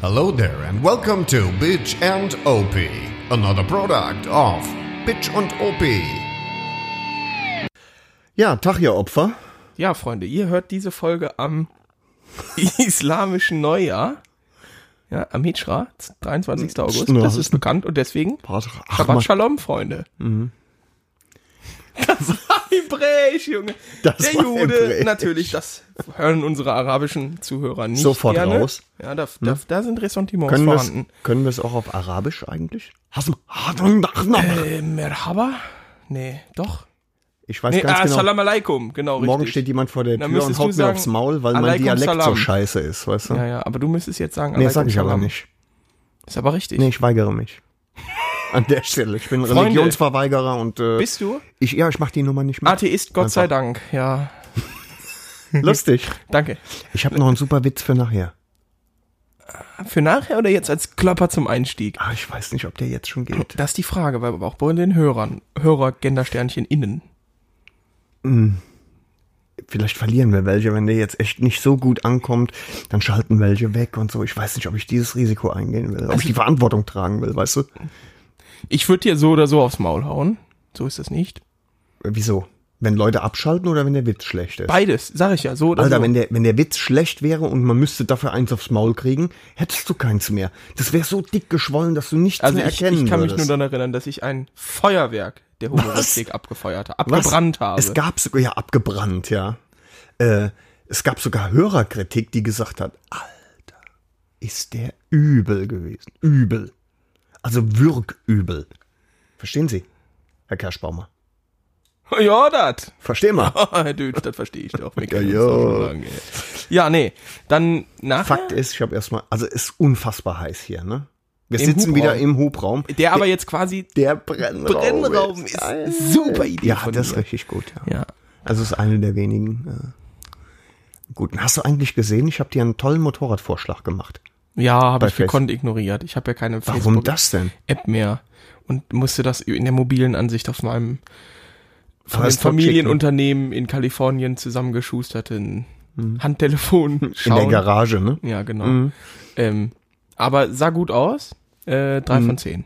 Hello there and welcome to Bitch and OP, another product of Bitch und OP. Ja, Tag, ihr Opfer. Ja, Freunde, ihr hört diese Folge am islamischen Neujahr. Ja, am Hijra, 23. August. Ja. Das ist bekannt und deswegen Shabbat Mann. Shalom, Freunde. Mhm. Das war hebräisch, Junge. Das Der war Jude, hebräisch. natürlich, das hören unsere arabischen Zuhörer nicht Sofort gerne. raus. Hm? Ja, da, da, da sind Ressentiments Können wir's- vorhanden. können wir es auch auf Arabisch eigentlich? Hasm- Hadrun Dachnam. Äh, Merhaba? Nee, doch. Ich weiß Nee, ganz ah, genau. Salam Alaikum, genau Morgen richtig. steht jemand vor der Dann Tür und müsstest haut du mir sagen, aufs Maul, weil mein Alaikum Dialekt so Salam. scheiße ist, weißt du? Ja, ja, aber du müsstest jetzt sagen, nee, sag Alaikum ich aber Salam. nicht. Ist aber richtig. Nee, ich weigere mich. An der Stelle. Ich bin Freunde. Religionsverweigerer und äh, Bist du? ich, ja, ich mach die Nummer nicht mit. Atheist, Gott sei Dank. Ja, Lustig. danke. Ich habe noch einen super Witz für nachher. Für nachher oder jetzt als Klapper zum Einstieg? Ah, ich weiß nicht, ob der jetzt schon geht. Das ist die Frage, weil auch bei den Hörern, Hörer, Gendersternchen innen. Vielleicht verlieren wir welche, wenn der jetzt echt nicht so gut ankommt, dann schalten welche weg und so. Ich weiß nicht, ob ich dieses Risiko eingehen will, Also ob ich die Verantwortung tragen will, weißt du? Äh, Ich würde dir so oder so aufs Maul hauen. So ist das nicht. Äh, Wieso? Wenn Leute abschalten oder wenn der Witz schlecht ist? Beides, sag ich ja, so oder Alter, so. wenn der, wenn der Witz schlecht wäre und man müsste dafür eins aufs Maul kriegen, hättest du keins mehr. Das wäre so dick geschwollen, dass du nichts also mehr ich, erkennen ich kann mich würdest. nur daran erinnern, dass ich ein Feuerwerk der Humoristik abgefeuert habe, abgebrannt habe. Es gab sogar ja abgebrannt, ja. Äh, es gab sogar Hörerkritik, die gesagt hat, Alter, ist der übel gewesen. Übel. Also wirkübel. Verstehen Sie, Herr Kerschbaumer? ja, dat. Verstehen wir. Dude, das verstehe ich doch. Mir Ja, kann ich ja. das schon sagen, ey. ja, nee. Dann nachher, Fakt ist, ich habe erstmal, also es ist unfassbar heiß hier, ne? Wir Im sitzen Hubraum. wieder im Hubraum. der aber jetzt quasi Der Brennraum, Brennraum ist super Idee Ja, von das ist dir. richtig gut. Ja. Ja. Also ist eine der wenigen äh, guten. Hast du eigentlich gesehen, ich habe dir einen tollen Motorradvorschlag gemacht. Ja, habe ich Facebook. gekonnt ignoriert. Ich habe ja keine Warum das denn? App mehr und musste das in der mobilen Ansicht auf meinem von Hast ne? du einem checken. Familienunternehmen in Kalifornien zusammengeschusterten Handtelefon Mhm. in schauen. der Garage, ne? ja, genau. Ähm, aber sah gut aus. Äh, drei Mhm. von zehn.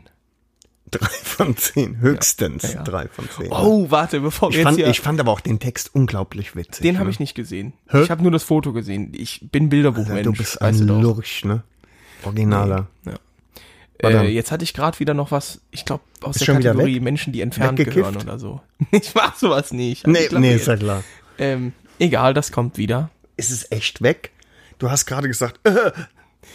Drei von zehn, höchstens Ja, ja. drei von zehn. Oh, warte, bevor ich, wir fand, jetzt hier... ich fand aber auch den Text unglaublich witzig. den ne? habe ich nicht gesehen. Hä? Ich habe nur das Foto gesehen. Ich bin Bilderbuchmensch. Also, Du bist ein weißt du doch. Lurch, ne? Originaler. Äh, Verdammt. jetzt hatte ich gerade wieder noch was, ich glaube, aus Ist der schon wieder Kategorie Menschen, die entfernt Weggekifft? gehören oder so. Ich mach sowas nicht. Nee, also Ich glaub, nee, ihr- ist halt- ja klar. ähm, egal, das kommt wieder. Ist es echt weg? Du hast gerade gesagt, äh,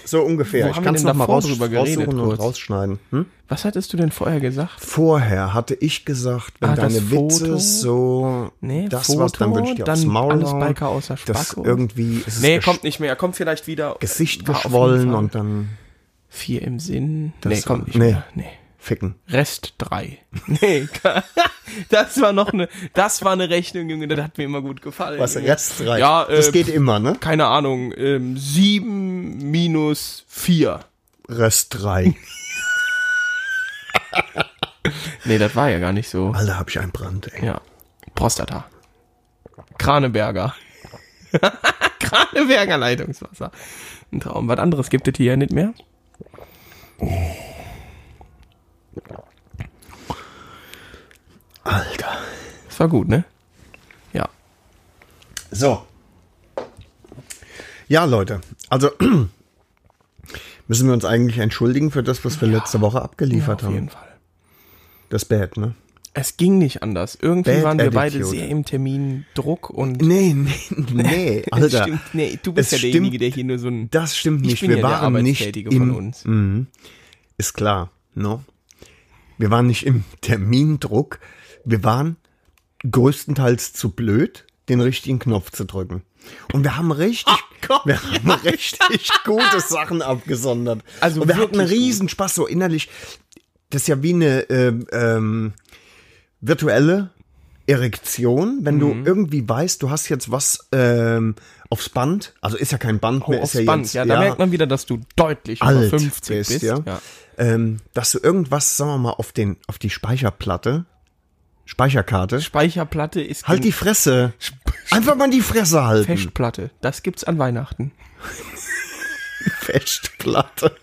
so ungefähr. Wo ich haben wir kann es denn nochmal davor raus, drüber geredet raussuchen und kurz? rausschneiden. Hm? Was hattest du denn vorher gesagt? Vorher hatte ich gesagt, wenn Ah, das deine Witze Foto? so Nee, das Foto, was, dann würde ich dir aufs dann Maul alles hauen. Biker außer das Spackos. irgendwie ist es Nee, gesch- kommt nicht mehr. Kommt vielleicht wieder. äh, Gesicht War auf jeden geschwollen Fall und dann Vier im Sinn. nee, kommt nicht nee. mehr. Nee. ficken. Rest drei. Nee, das war noch eine, das war eine Rechnung, Junge, das hat mir immer gut gefallen. Was Junge. restreich. Ja, äh, das geht immer, ne? Keine Ahnung, ähm, sieben minus vier. Restreich. Nee, das war ja gar nicht so. Alter, hab ich einen Brand, ey. Ja. Prostata. Kraneberger. Kraneberger Leitungswasser. Ein Traum. Was anderes gibt es hier ja nicht mehr. Alter. Das war gut, ne? Ja. So. Ja, Leute. Also müssen wir uns eigentlich entschuldigen für das, was wir letzte Woche abgeliefert auf jeden haben. Fall. Das Bad, ne? Es ging nicht anders. Irgendwie Bad waren wir beide Attitude. sehr im Termin Druck und Nee, nee, nee, Alter. stimmt, nee, du bist Es ja stimmt. derjenige, der hier nur so ein Das stimmt Ich nicht. bin wir ja der waren nicht Arbeitstätige im, von uns. Mhm. ist klar, no? Wir waren nicht im Termindruck. Wir waren größtenteils zu blöd, den richtigen Knopf zu drücken. Und wir haben richtig, wir haben richtig gute Sachen abgesondert. Also und wir hatten wirklich riesen Spaß so innerlich. Das ist ja wie eine ähm, ähm, virtuelle Erektion, wenn Mhm. du irgendwie weißt, du hast jetzt was ähm, aufs Band, also ist ja kein Band oh, mehr, aufs ist ja Band. jetzt, ja, da merkt man wieder, dass du deutlich alt über 50 bist, bist. ja. Ja. ähm, dass du irgendwas, sagen wir mal, auf den, auf die Speicherplatte, Speicherkarte, Speicherplatte ist halt die Fresse, einfach mal die Fresse halten. Festplatte. Das gibt's an Weihnachten. Festplatte.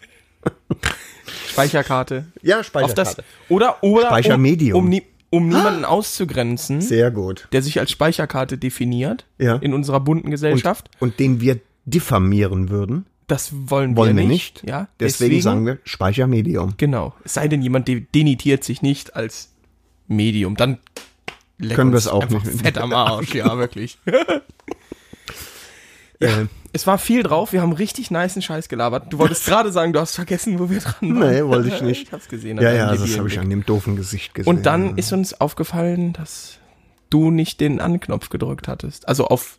Speicherkarte. Ja, Auf Speicherkarte. das, oder, oder, Speichermedium. Ah. um, um, nie, um niemanden auszugrenzen, Sehr gut. der sich als Speicherkarte definiert, Ja. in unserer bunten Und, Gesellschaft. und den wir diffamieren würden, das wollen, wollen wir wir nicht. nicht. Ja, deswegen, sagen wir Speichermedium. Genau. Es sei denn, jemand de- denitiert sich nicht als Medium. Dann leck Können wir uns es auch einfach nicht mit- Fett am Arsch, ja, wirklich. Ja. Äh, Es war viel drauf, wir haben richtig niceen Scheiß gelabert. Du wolltest gerade sagen, du hast vergessen, wo wir dran waren. Nee, wollte ich nicht. Ich hab's gesehen. an ja, deinem ja, das debilen habe ich Blick. an dem doofen Gesicht gesehen. Und dann ist uns aufgefallen, dass du nicht den Anknopf gedrückt hattest. Also auf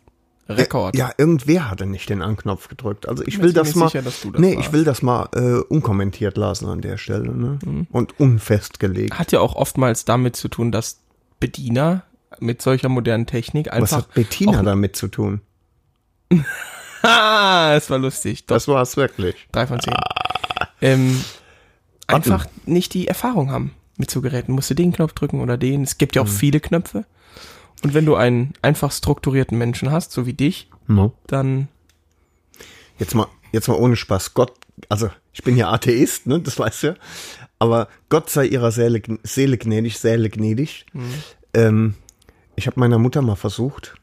Rekord. Äh, Ja, irgendwer hatte nicht den Anknopf gedrückt. Also ich mir will das ziemlich mal. sicher, dass du das nee, warst. ich will das mal äh, unkommentiert lassen an der Stelle, ne? Mhm. Und unfestgelegt. Hat ja auch oftmals damit zu tun, dass Bediener mit solcher modernen Technik Was einfach. hat Bettina auch- damit zu tun? Ah, es war lustig. Doch, Das Ah. war's wirklich. drei von zehn. Ähm, Warten. einfach nicht die Erfahrung haben mit so Geräten. Musst du den Knopf drücken oder den. Es gibt ja auch Mhm. viele Knöpfe. Und wenn du einen einfach strukturierten Menschen hast, so wie dich, No. dann Jetzt mal, jetzt mal ohne Spaß. Gott, also ich bin ja Atheist, ne? Das weißt du ja. Aber Gott sei ihrer Seele, gn- Seele gnädig, Seele gnädig. Mhm. Ähm, ich habe meiner Mutter mal versucht,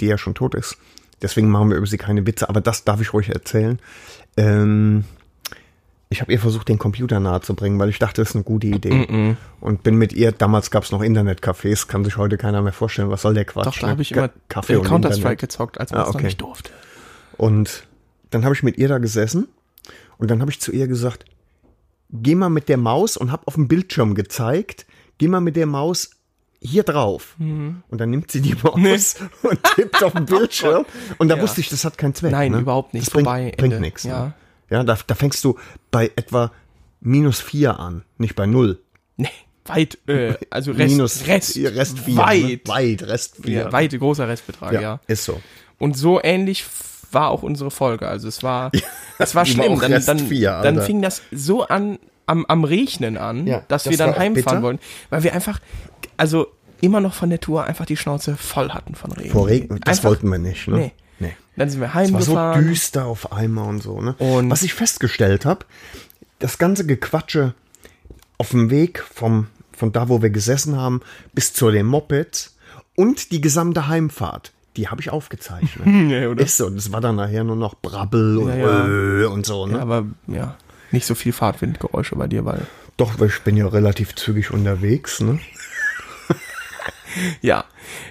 die ja schon tot ist. Deswegen machen wir über sie keine Witze, aber das darf ich ruhig erzählen. Ähm, ich habe ihr versucht, den Computer nahe zu bringen, weil ich dachte, das ist eine gute Idee. Mm, Und bin mit ihr, damals gab es noch Internetcafés, kann sich heute keiner mehr vorstellen, was soll der Quatsch. doch, da ne? habe ich Ka- immer Kaffee in und Counter-Strike Internet. gezockt, als Ah, man es noch okay. nicht durfte. Und dann habe ich mit ihr da gesessen und dann habe ich zu ihr gesagt, geh mal mit der Maus und habe auf dem Bildschirm gezeigt, geh mal mit der Maus hier drauf. Mhm. Und dann nimmt sie die Maus und tippt auf den Bildschirm. und da Ja. wusste ich, das hat keinen Zweck. Nein, ne? überhaupt nicht. Das bringt, Vorbei, bringt Ende. nichts. Ja. Ne? Ja, da, da fängst du bei etwa minus vier an, nicht bei null. Nee, weit, äh, also Rest, minus Rest, Rest vier, weit. Ne? Weit, Rest vier. Ja, weit, großer Restbetrag, ja. ja, ist so. Und so ähnlich f- war auch unsere Folge. Also es war, es war die war schlimm. auch dann, Rest dann, vier, Alter. dann fing das so an, am, am Regnen an, Ja, dass das wir dann war auch heimfahren bitter. wollten, weil wir einfach, also immer noch von der Tour einfach die Schnauze voll hatten von Regen. Vor Regen, das einfach, wollten wir nicht. Ne? Nee. nee. Dann sind wir Es war so heimgefahren. düster auf einmal und so. Ne? Und- Was ich festgestellt habe, das ganze Gequatsche auf dem Weg vom, von da, wo wir gesessen haben, bis zu den Mopeds und die gesamte Heimfahrt, die habe ich aufgezeichnet. Nee, oder? Ist so, das war dann nachher nur noch Brabbel und, Ja, äh und so. Ne? aber ja, nicht so viel Fahrtwindgeräusche bei dir, weil Doch, weil ich bin ja relativ zügig unterwegs. Ne? Ja,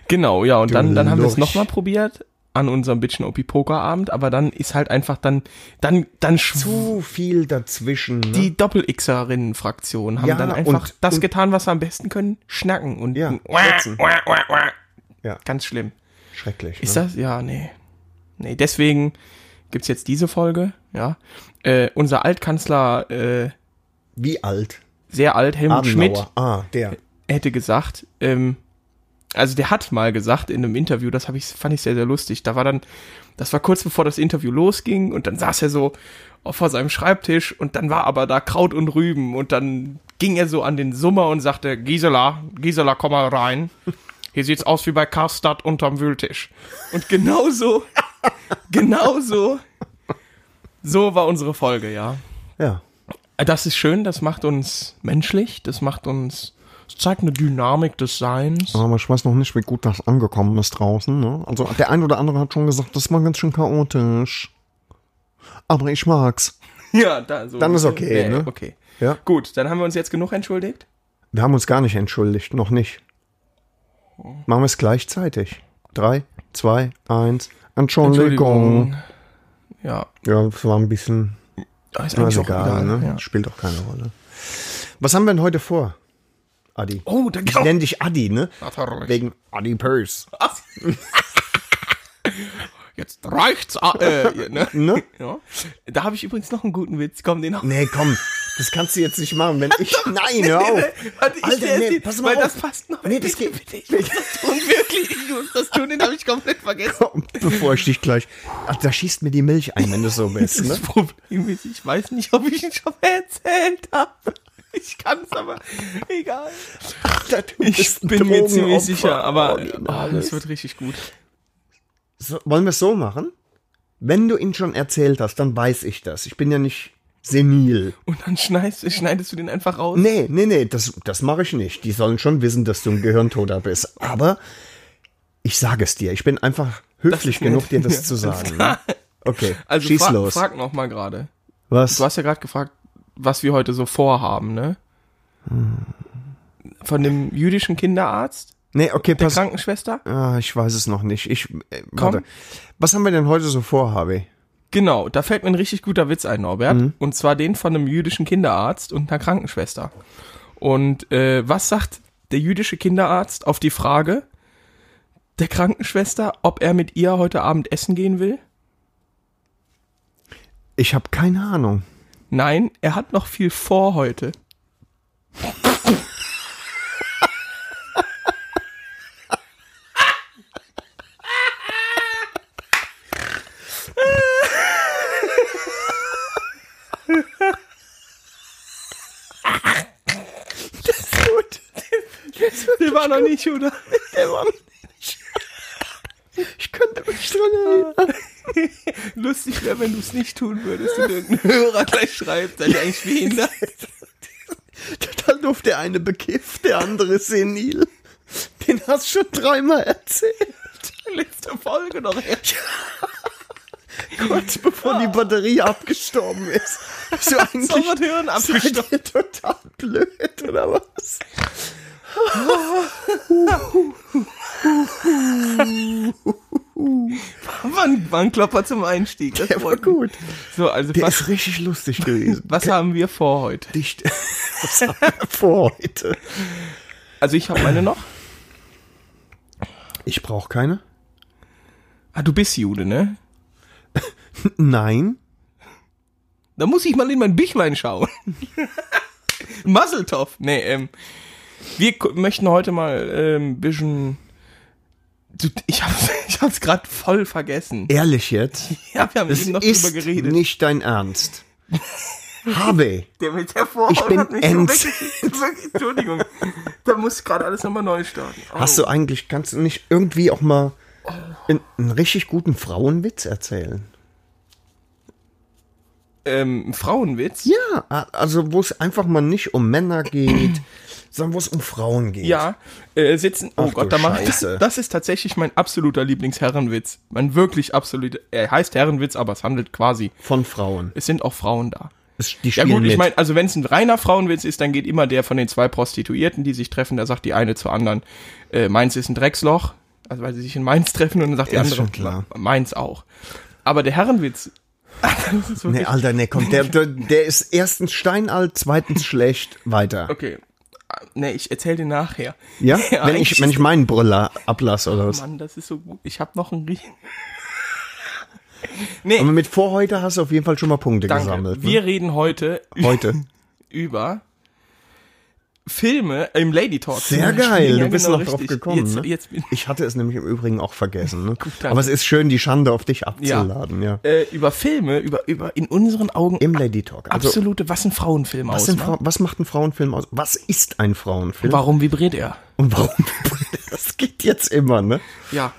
genau, ja. Und dann, dann haben wir es Lurch. nochmal probiert an unserem bitchen op pokerabend aber dann ist halt einfach dann, dann, dann schwupp Zu viel dazwischen. Ne? die Doppel-Xerin-Fraktion haben Ja, dann einfach und- das und- getan, was wir am besten können, schnacken und Ja, Wah, setzen. wah, wah, wah. Ja. ganz schlimm. Schrecklich. Ist ne? das? Ja, nee. Nee, deswegen gibt's jetzt diese Folge, ja. Äh, unser Altkanzler, äh, Wie alt? sehr alt, Helmut Schmidt, Adenauer. Ah, der. hätte gesagt, ähm, also der hat mal gesagt in einem Interview, das hab ich, fand ich sehr, sehr lustig. Da war dann, das war kurz bevor das Interview losging und dann saß er so vor seinem Schreibtisch und dann war aber da Kraut und Rüben und dann ging er so an den Summer und sagte, Gisela, Gisela, komm mal rein. Hier sieht's aus wie bei Karstadt unterm Wühltisch. Und genauso, genauso, so war unsere Folge, ja. Ja. Das ist schön, das macht uns menschlich, das macht uns, es zeigt eine Dynamik des Seins. Aber ich weiß noch nicht, wie gut das angekommen ist draußen. Ne? Also der ein oder andere hat schon gesagt, das war ganz schön chaotisch. Aber ich mag's. Ja, da, so. Dann ist okay, ne? Okay. Ja. Gut, dann haben wir uns jetzt genug entschuldigt. Wir haben uns gar nicht entschuldigt, noch nicht. Machen wir es gleichzeitig. Drei, zwei, eins. Entschuldigung. Ja, Ja, es war ein bisschen Ah, ist na, eigentlich ist auch egal, egal, ne? ja. Spielt auch keine Rolle. Was haben wir denn heute vor, Adi? Oh, da ich gibt's- nenne dich Adi, ne? Natürlich. Wegen Adi Purse. Jetzt reicht's. ah, Äh, ne? Ne? ja. Da habe ich übrigens noch einen guten Witz. Komm, den noch. Nee, komm, das kannst du jetzt nicht machen, wenn ich. Nein, hör auf. Warte, ich Alter, lese nee, den, pass weil mal auf. das passt noch. Nee, das Bitte, geht. bitte, Ich muss das tun, wirklich. Ich muss das tun, den habe ich komplett vergessen. Bevor ich dich gleich. Ach, da schießt mir die Milch ein, wenn du so bist, ne? Das Problem ist, ich weiß nicht, ob ich ihn schon mal erzählt habe. Ich kann es aber, egal. Ich bin mir ziemlich oh, sicher, aber oh, das wird richtig gut. So, wollen wir es so machen? Wenn du ihn schon erzählt hast, dann weiß ich das. Ich bin ja nicht senil. Und dann schneidest, schneidest du den einfach raus. Nee, nee, nee, das, das mache ich nicht. Die sollen schon wissen, dass du ein Gehirntoter bist. Aber ich sage es dir. Ich bin einfach höflich ist genug, nett. dir das Ja, zu alles sagen. klar. ne? Okay, Also schieß fra los. frag noch mal gerade. Was? Du hast ja gerade gefragt, was wir heute so vorhaben, ne? Hm. Von dem jüdischen Kinderarzt, Nee, okay, der pass. Krankenschwester? Ah, ich weiß es noch nicht. Ich, äh, warte. Was haben wir denn heute so vor, Harvey? Genau, da fällt mir ein richtig guter Witz ein, Norbert. Und zwar den von einem jüdischen Kinderarzt und einer Krankenschwester. Und äh, was sagt der jüdische Kinderarzt auf die Frage der Krankenschwester, ob er mit ihr heute Abend essen gehen will? Ich habe keine Ahnung. Nein, er hat noch viel vor heute. Gut. Der war noch nicht, oder? Der war nicht. Ich könnte mich dran erinnern. Lustig wäre, wenn du es nicht tun würdest und irgendein Hörer gleich schreibt, seid ihr eigentlich ne? behindert? Dann durfte der eine bekifft, der andere senil. Den hast du schon dreimal erzählt. Letzte Folge noch her. Kurz bevor die Batterie abgestorben ist. Bist du Soll eigentlich man hören? Abgestorben. seid ihr total blöd, oder was? Wann, wann Klopper zum Einstieg? Das Der war freut mich. gut. So, also Der was, ist richtig lustig gewesen. was haben wir vor heute? Dicht. Was haben wir vor heute? Also ich habe meine noch. Ich brauche keine. Ah, du bist Jude, ne? Nein. Da muss ich mal in mein Büchlein schauen. Muzzletov. Nee, ähm, wir ko- möchten heute mal ähm, ein bisschen... Du, ich hab's, ich hab's gerade voll vergessen. Ehrlich jetzt. Ja, wir haben Das eben noch ist drüber geredet. nicht dein Ernst. Harvey. Der mit der Vorhaut Ich bin hat mich ents- so weggeschickt. Wirklich, Entschuldigung. Da muss ich gerade alles nochmal neu starten. Oh. Hast du eigentlich, kannst du nicht irgendwie auch mal einen, einen richtig guten Frauenwitz erzählen? ähm, Frauenwitz? Ja, a- also wo es einfach mal nicht um Männer geht, sondern wo es um Frauen geht. Ja, äh, sitzen. Oh Ach du Gott, da mache ich das. Scheiße. Das ist tatsächlich mein absoluter Lieblingsherrenwitz. Mein wirklich absoluter. Er heißt Herrenwitz, aber es handelt quasi. Von Frauen. Es sind auch Frauen da. Es, die Ja spielen gut, ich mit. meine, also wenn es ein reiner Frauenwitz ist, dann geht immer der von den zwei Prostituierten, die sich treffen, da sagt die eine zur anderen, äh, Mainz ist ein Drecksloch, also weil sie sich in Mainz treffen und dann sagt die Ja, ist andere, schon klar. Mainz auch. Aber der Herrenwitz, das ist Nee, wirklich, Alter, nee, komm, der, der, der ist erstens steinalt, zweitens schlecht, weiter. okay, Ah, nee, ich erzähl dir nachher. Ja? wenn, eigentlich ich, wenn ich meinen Brüller ablasse oder was. Mann, das ist so gut. Ich habe noch einen Riechen. nee, Aber mit vor heute hast du auf jeden Fall schon mal Punkte danke. gesammelt. Wir reden heute ne? Heute. über Filme im Lady Talk. Sehr Zum Beispiel. geil, Ja, du bist genau, noch drauf richtig. gekommen. Jetzt, ne? jetzt bin ich hatte es nämlich im Übrigen auch vergessen. Ne? danke. Aber es ist schön, die Schande auf dich abzuladen. Ja. äh, über Filme, über, über in unseren Augen Im Lady Talk. Also, absolute, was ein Frauenfilm was, sind ausmacht. Frau, was macht ein Frauenfilm aus? Was ist ein Frauenfilm? Warum vibriert er? Und warum? Das geht jetzt immer, ne? Ja.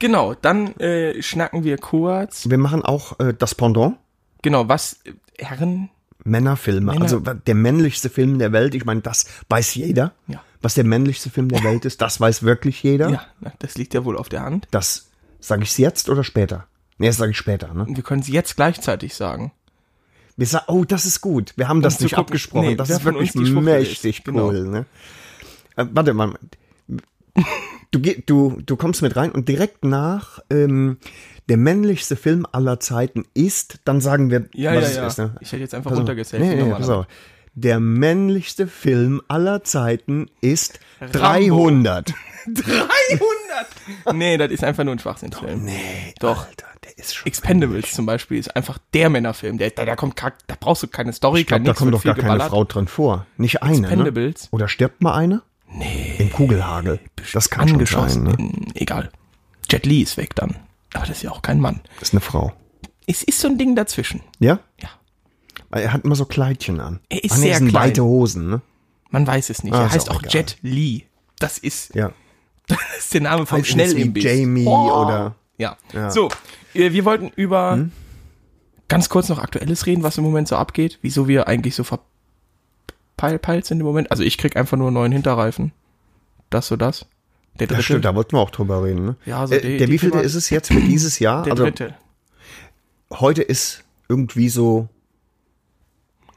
Genau, dann äh, schnacken wir kurz. Wir machen auch äh, das Pendant. Genau, was äh, Herren? Männerfilme, Männer- also wa- der männlichste Film der Welt, ich meine, das weiß jeder. Ja. Was der männlichste Film der Welt ist, das weiß wirklich jeder. Ja, na, das liegt ja wohl auf der Hand. Das sage ich jetzt oder später? Nee, das sage ich später, ne? Und wir können sie jetzt gleichzeitig sagen. Wir sa- oh, das ist gut. Wir haben das Um zu nicht gucken- abgesprochen. nee, das wer ist von wirklich uns die Schwuchtel ist. mächtig Genau. cool. Ne? Äh, warte mal. Du, geh- du, du kommst mit rein und direkt nach ähm, der männlichste Film aller Zeiten ist, dann sagen wir, Ja, was ja, es ja. ist. Ne? Ich hätte jetzt einfach Pass auf. runtergezählt. Nee, nee, Nochmal. pass auf. Der männlichste Film aller Zeiten ist Rambo. 300. 300! nee, das ist einfach nur ein Schwachsinnsfilm. Nee. Doch. Alter, der ist schon. Expendables zum Beispiel ist einfach der Männerfilm. Der, da, da kommt gar, da brauchst du keine Story, Ich glaube, kein da nix, kommt wird doch gar viel keine geballert. Frau drin vor. Nicht eine. Ne? Expendables. Oder stirbt mal eine? Nee. Im Kugelhagel. Das kann schon sein. angeschossen. Ne? Mm, Egal. Jet Li ist weg dann. Aber das ist ja auch kein Mann. Ist eine Frau. Es ist so ein Ding dazwischen. Ja? Ja. Weil Er hat immer so Kleidchen an. Er ist Ah, nee, sehr es sind klein. weite Hosen, ne? Man weiß es nicht. Ah, er ist heißt auch auch, egal. Jet Li. Das ist, Ja. das ist der Name vom Heißt nicht wie Schnellimbiss. Jamie Oh. oder- Ja. Ja. Hm? So, Äh, Wir wollten über ganz kurz noch Aktuelles reden, was im Moment so abgeht, wieso wir eigentlich so verpeilt sind im Moment. Also ich krieg einfach nur einen neuen Hinterreifen. Das so das. Der Das dritte. stimmt, da wollten wir auch drüber reden. Ne? Ja, also äh, die- der die wievielte Thema- ist es jetzt für dieses Jahr? der also dritte. heute ist irgendwie so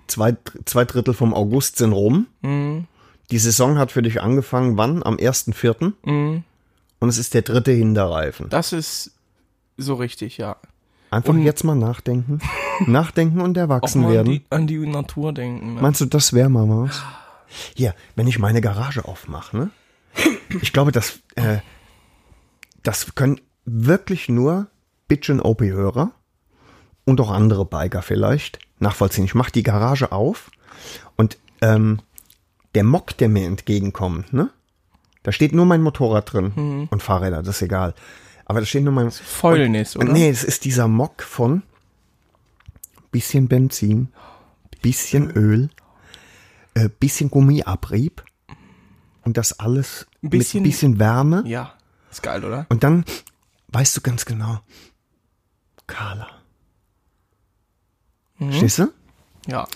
zwei, zwei Drittel vom August sind rum. Mhm. Die Saison hat für dich angefangen, wann? Am 1.4. Mhm. Und es ist der dritte Hinterreifen. Das ist so richtig, ja. Einfach Und- jetzt mal nachdenken. nachdenken und Auch erwachsen mal an werden. die, an die Natur denken. Ne? Meinst du, das wäre mal was? Hier, wenn ich meine Garage aufmache, ne? Ich glaube, das, äh, das können wirklich nur Bitch und OP-Hörer und auch andere Biker vielleicht nachvollziehen. Ich mache die Garage auf und ähm, der Mock, der mir entgegenkommt, ne? Da steht nur mein Motorrad drin und Fahrräder, das ist egal. Aber da steht nur mein. Fäulnis, oder? Nee, es ist dieser Mock von bisschen Benzin, bisschen Öl, äh, bisschen Gummiabrieb und das alles Ein bisschen- mit bisschen Wärme. Ja. Ist geil, oder? Und dann weißt du ganz genau, Carla. Mhm. Stehst du? Ja.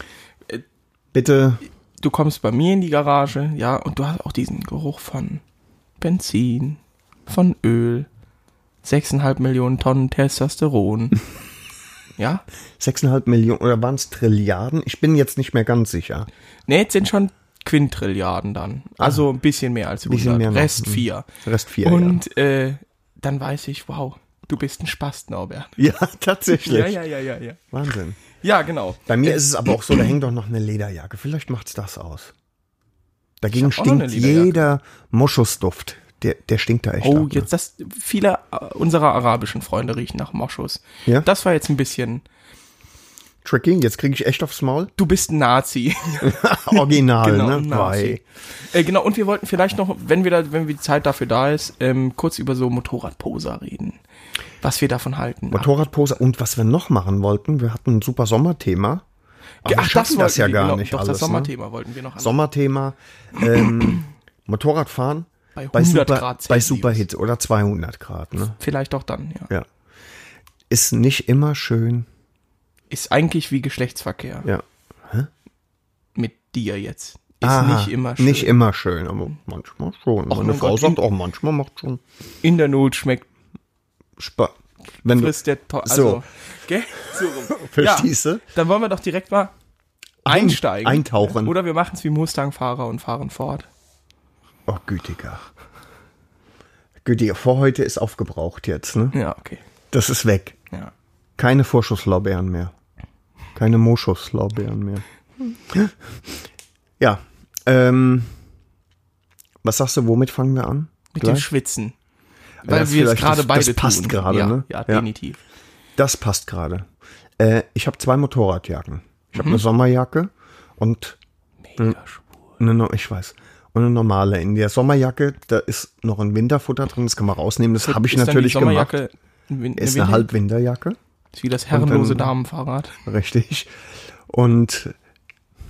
Bitte. Du kommst bei mir in die Garage, ja, und du hast auch diesen Geruch von Benzin, von Öl, 6,5 Millionen Tonnen Testosteron. ja? 6,5 Millionen oder waren es Trilliarden? Ich bin jetzt nicht mehr ganz sicher. Nee, jetzt sind schon Quintrilliarden dann. Also ein bisschen mehr als 100. Ah. Bisschen mehr noch. Rest Mhm. 4. Rest vier. und äh, dann weiß ich, wow, du bist ein Spast, Norbert. ja. ja, tatsächlich. ja, ja, ja. Wahnsinn. Ja, genau. Bei mir ist es aber auch so, da hängt doch noch eine Lederjacke. Vielleicht macht's das aus. Dagegen Ich hab auch noch eine stinkt Lederjacke. jeder Moschusduft. Der, der stinkt da echt Oh, ab, ne? jetzt das. Viele äh, unserer arabischen Freunde riechen nach Moschus. Ja? Das war jetzt ein bisschen. Tricky, jetzt kriege ich echt aufs Maul. Du bist ein Nazi. Original, Genau, ne? Nazi. Bei. äh, genau. Und wir wollten vielleicht noch, wenn wir da, wenn wir die Zeit dafür da ist, ähm, kurz über so Motorradposer reden. Was wir davon halten. Motorradpose. Und was wir noch machen wollten, wir hatten ein super Sommerthema. Aber wir schaffen das wollten ja wir, gar genau. nicht Doch, alles. das ne? Sommerthema wollten wir noch an. Sommerthema. Ähm, Motorradfahren Bei 100 super, Grad bei Celsius. Superhit oder 200 Grad. Ne? Vielleicht auch dann, ja. Ja. Ist nicht immer schön. Ist eigentlich wie Geschlechtsverkehr Ja. mit dir jetzt. Ist Aha, nicht immer schön. Nicht immer schön, aber manchmal schon. Meine mein Frau Gott, sagt auch, manchmal macht schon In der Not schmeckt Spaß. Wenn du frisst der to So. also, gell? So rum. verstehst, ne? du? Dann wollen wir doch direkt mal einsteigen. Eintauchen. Oder wir machen es wie Mustang-Fahrer und fahren fort. Oh, Gütiger. Gütiger, vor heute ist aufgebraucht jetzt, ne? Ja, okay. Das ist weg. Ja. Keine Vorschusslorbeeren mehr. Keine Moschusslorbeeren mehr. Ja. Ähm, was sagst du, womit fangen wir an? Mit dem Gleich? Schwitzen. Ja, Weil das wir es vielleicht- gerade das- beide das passt tun. gerade, ja, ne? Ja, Ja. definitiv. Das passt gerade. Äh, ich habe zwei Motorradjacken. Ich habe eine Sommerjacke und Mhm. Mega schwul. eine, no- ich weiß, und eine normale. In der Sommerjacke, da ist noch ein Winterfutter drin, das kann man rausnehmen. Das habe ich Ist dann die natürlich gemacht. Sommerjacke ein Win- Ist eine eine Windel? Halbwinterjacke, Ist wie das herrenlose ähm, Damenfahrrad. richtig. Und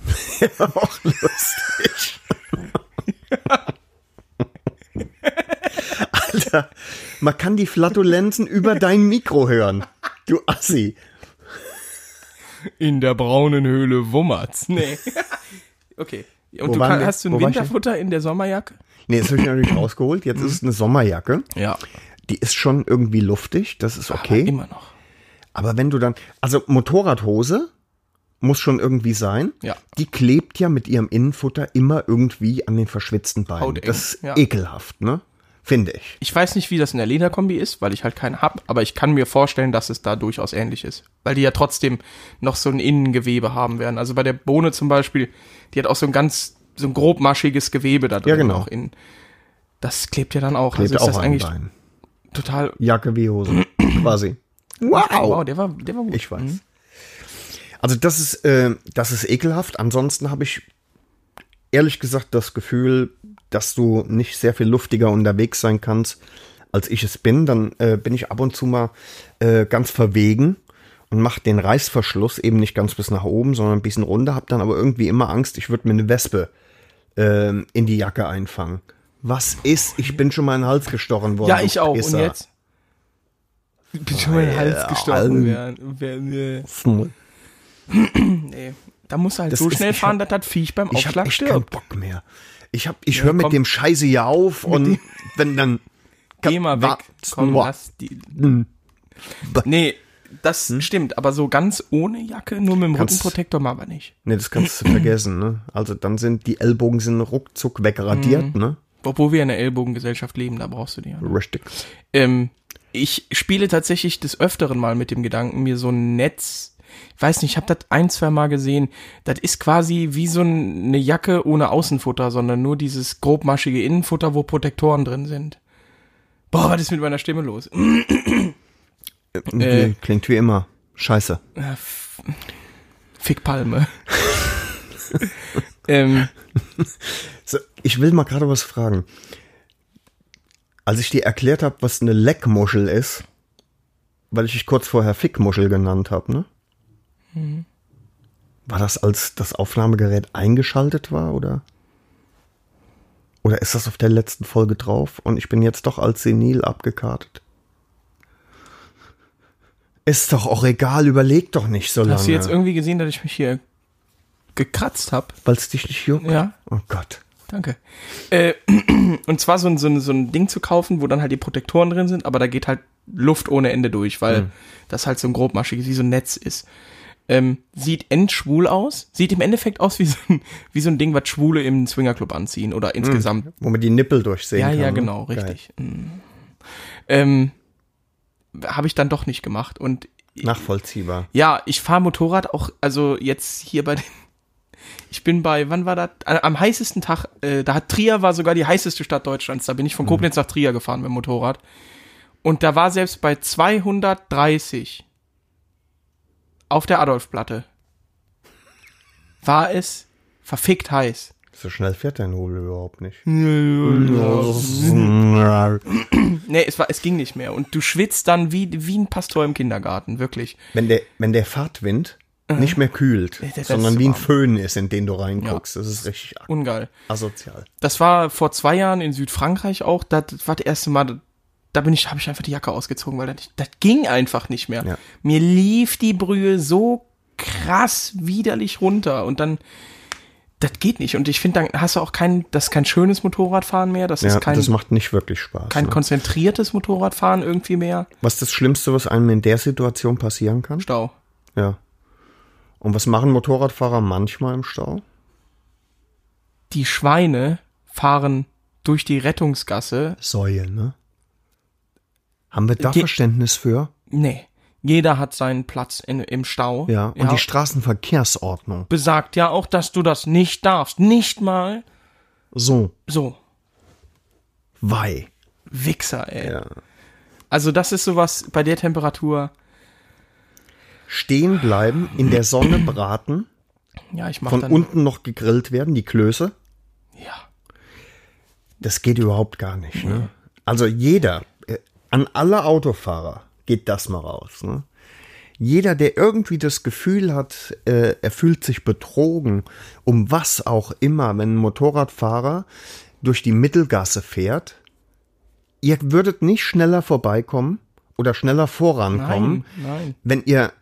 auch lustig. Alter, man kann die Flatulenzen über dein Mikro hören. Du Assi. In der braunen Höhle wummert's. Nee. okay. Und Wo du waren kann, wir? hast du ein Wo war ich denn? Winterfutter in der Sommerjacke? Nee, das habe ich natürlich rausgeholt. Jetzt Mhm. ist es eine Sommerjacke. Ja. Die ist schon irgendwie luftig, das ist Aber okay. immer noch. Aber wenn du dann, also Motorradhose muss schon irgendwie sein. Ja. Die klebt ja mit ihrem Innenfutter immer irgendwie an den verschwitzten Beinen. Hauteng, das ist ja. ekelhaft, ne? Finde ich. Ich weiß nicht, wie das in der Lederkombi ist, weil ich halt keine hab, aber ich kann mir vorstellen, dass es da durchaus ähnlich ist. Weil die ja trotzdem noch so ein Innengewebe haben werden. Also bei der Bohne zum Beispiel, die hat auch so ein ganz, so ein grobmaschiges Gewebe da drin. Ja, genau. Auch in, das klebt ja dann auch. Klebt also ist auch das an den eigentlich Beinen. total. Jacke wie Hose. quasi. Wow, der war, der war gut. Ich weiß. Also das ist, äh, das ist ekelhaft. Ansonsten habe ich ehrlich gesagt das Gefühl, dass du nicht sehr viel luftiger unterwegs sein kannst, als ich es bin. Dann äh, bin ich ab und zu mal äh, ganz verwegen und mache den Reißverschluss eben nicht ganz bis nach oben, sondern ein bisschen runter. Habe dann aber irgendwie immer Angst, ich würde mir eine Wespe ähm, in die Jacke einfangen. Was ist? Ich bin schon mal in den Hals gestochen worden. Ja, du ich auch. Und Pisser. jetzt? Ich bin schon mal in den Hals Ja, gestochen. Alter. Wär, wär, nee. Ich nee. Da musst du halt Das so ist- schnell ich fahren, hab- dass das Viech beim habe Aufschlag echt keinen stirbt. Bock mehr. Ich, hab- ich Ja, höre mit komm. dem Scheiße hier auf und wenn dann. Geh mal weg. Wart's Komm, nur. lass die. Nee, das stimmt, aber so ganz ohne Jacke, nur mit dem Kannst- Rückenprotektor machen wir nicht. Ne, das kannst du vergessen, ne? Also dann sind die Ellbogen sind ruckzuck wegradiert, Mhm. ne? Obwohl wir in der Ellbogengesellschaft leben, da brauchst du die. Ja. Richtig. Ähm, ich spiele tatsächlich des Öfteren mal mit dem Gedanken, mir so ein Netz, ich weiß nicht, ich habe das ein, zwei Mal gesehen, das ist quasi wie so ein- eine Jacke ohne Außenfutter, sondern nur dieses grobmaschige Innenfutter, wo Protektoren drin sind. Boah, was ist mit meiner Stimme los? Mm, Äh. Klingt wie immer. Scheiße. Äh, F- Fickpalme. ähm, So, ich will mal gerade was fragen. Als ich dir erklärt habe, was eine Leckmuschel ist, weil ich dich kurz vorher Fickmuschel genannt habe, ne? Mhm. War das, als das Aufnahmegerät eingeschaltet war, oder? Oder ist das auf der letzten Folge drauf und ich bin jetzt doch als senil abgekartet? Ist doch auch egal, überleg doch nicht so hast du jetzt lange. irgendwie gesehen, dass ich mich hier gekratzt habe? Weil es dich nicht juckt? Ja. Oh Gott. Danke. Äh, und zwar so ein, so, ein, so ein Ding zu kaufen, wo dann halt die Protektoren drin sind, aber da geht halt Luft ohne Ende durch, weil das halt so ein grobmaschiges, wie so ein Netz ist. Ähm, sieht endschwul aus, sieht im Endeffekt aus wie so ein, wie so ein Ding, was Schwule im Swingerclub anziehen oder insgesamt Wo man die Nippel durchsehen ja, kann. ja, ne? genau, Geil. richtig. Mhm. Ähm, Habe ich dann doch nicht gemacht. Und Nachvollziehbar. ja, ich fahre Motorrad auch, also jetzt hier bei den. Ich bin bei, wann war das? Äh, Am heißesten Tag, äh, da hat Trier war sogar die heißeste Stadt Deutschlands. Da bin ich von Koblenz nach Trier gefahren mit dem Motorrad. Und da war selbst bei 230 auf der Adolfplatte war es verfickt heiß. So schnell fährt dein Hobel überhaupt nicht. Nee, es, war, es ging nicht mehr. Und du schwitzt dann wie, wie ein Pastor im Kindergarten, wirklich. Wenn der, wenn der Fahrtwind nicht mehr kühlt, Äh. das ist sondern wie ein warm. Föhn ist, in den du reinguckst, das ist richtig Ungeil. asozial. Das war vor zwei Jahren in Südfrankreich auch. Das war das erste Mal, da- da bin ich, habe ich einfach die Jacke ausgezogen, weil das, nicht- das ging einfach nicht mehr. Ja. Mir lief die Brühe so krass widerlich runter und dann, das geht nicht. Und ich finde, dann hast du auch kein, das ist kein schönes Motorradfahren mehr. Das Ja, ist kein, das macht nicht wirklich Spaß. kein ne? konzentriertes Motorradfahren irgendwie mehr. Was ist das Schlimmste, was einem in der Situation passieren kann? Stau. Ja. Und was machen Motorradfahrer manchmal im Stau? Die Schweine fahren durch die Rettungsgasse Säue, ne? Haben wir da Die- Verständnis für? Nee. Jeder hat seinen Platz in, im Stau. Ja. Und die Straßenverkehrsordnung. besagt ja auch, dass du das nicht darfst. Nicht mal So, so. weil. Wichser, ey. Ja. Also das ist sowas bei der Temperatur. Stehen bleiben, in der Sonne braten. Ja, ich mach von dann. unten noch gegrillt werden, die Klöße. ja. Das geht überhaupt gar nicht. Ne? Also jeder, äh, an alle Autofahrer geht das mal raus. Ne? Jeder, der irgendwie das Gefühl hat, äh, er fühlt sich betrogen, um was auch immer, wenn ein Motorradfahrer durch die Mittelgasse fährt, ihr würdet nicht schneller vorbeikommen oder schneller vorankommen, Nein, nein. wenn ihr,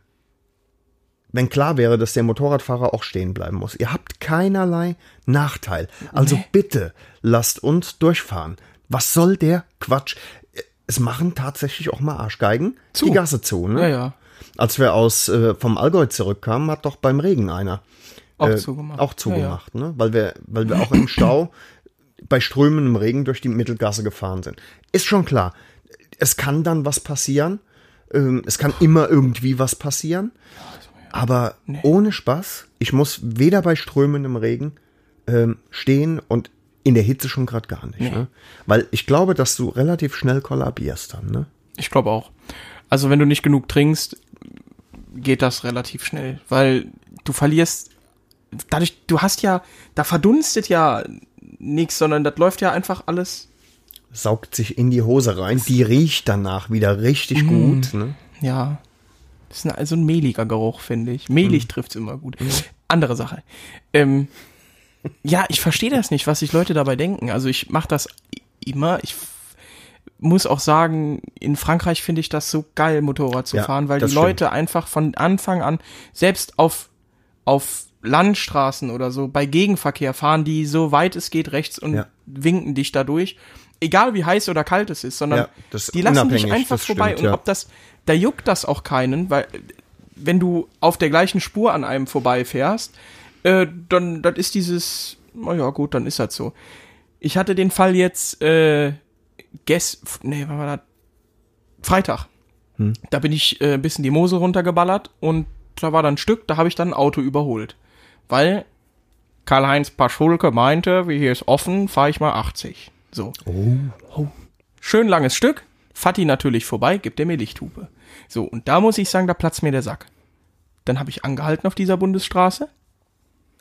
wenn klar wäre, dass der Motorradfahrer auch stehen bleiben muss. Ihr habt keinerlei Nachteil. Also bitte lasst uns durchfahren. Was soll der Quatsch? Es machen tatsächlich auch mal Arschgeigen die Gasse zu, ne? Ja, ja. Als wir aus äh, vom Allgäu zurückkamen, hat doch beim Regen einer Auch äh, zugemacht. auch zugemacht, ne? Weil wir, weil wir auch im Stau bei strömendem Regen durch die Mittelgasse gefahren sind. Ist schon klar. Es kann dann was passieren. Ähm, es kann immer irgendwie was passieren. Aber ohne Spaß, ich muss weder bei strömendem Regen ähm, stehen und in der Hitze schon gerade gar nicht. Ne? Weil ich glaube, dass du relativ schnell kollabierst dann. Ne? Ja, ich glaube auch. Also wenn du nicht genug trinkst, geht das relativ schnell, weil du verlierst dadurch du hast ja da verdunstet ja nichts, sondern das läuft ja einfach alles. Saugt sich in die Hose rein. Die riecht danach wieder richtig Mhm. gut. Ne? Ja. Das ist ein, also ein mehliger Geruch, finde ich. Mehlig Mhm. trifft's immer gut. Andere Sache. Ähm, ja, ich verstehe das nicht, was sich Leute dabei denken. Also ich mache das i- immer. Ich f- muss auch sagen, in Frankreich finde ich das so geil, Motorrad zu Ja, fahren, weil die das stimmt. Leute einfach von Anfang an, selbst auf, auf Landstraßen oder so, bei Gegenverkehr fahren die so weit es geht rechts und Ja. winken dich dadurch. Egal wie heiß oder kalt es ist, sondern Ja, das ist die lassen dich unabhängig, einfach das vorbei. stimmt, und ja. ob das, da juckt das auch keinen, weil äh, wenn du auf der gleichen Spur an einem vorbeifährst, äh, dann, dann ist dieses, naja gut, dann ist das so. Ich hatte den Fall jetzt, äh, Guess, nee, wann war das? Freitag. Hm. Da bin ich äh, ein bisschen die Mose runtergeballert und da war dann ein Stück, da habe ich dann ein Auto überholt. Weil Karl-Heinz Paschulke meinte, wie hier ist offen, fahre ich mal 80. So. Oh. Oh. Schön langes Stück, Fatih natürlich vorbei, gibt er mir Lichthupe. So, und da muss ich sagen, da platzt mir der Sack. Dann habe ich angehalten auf dieser Bundesstraße.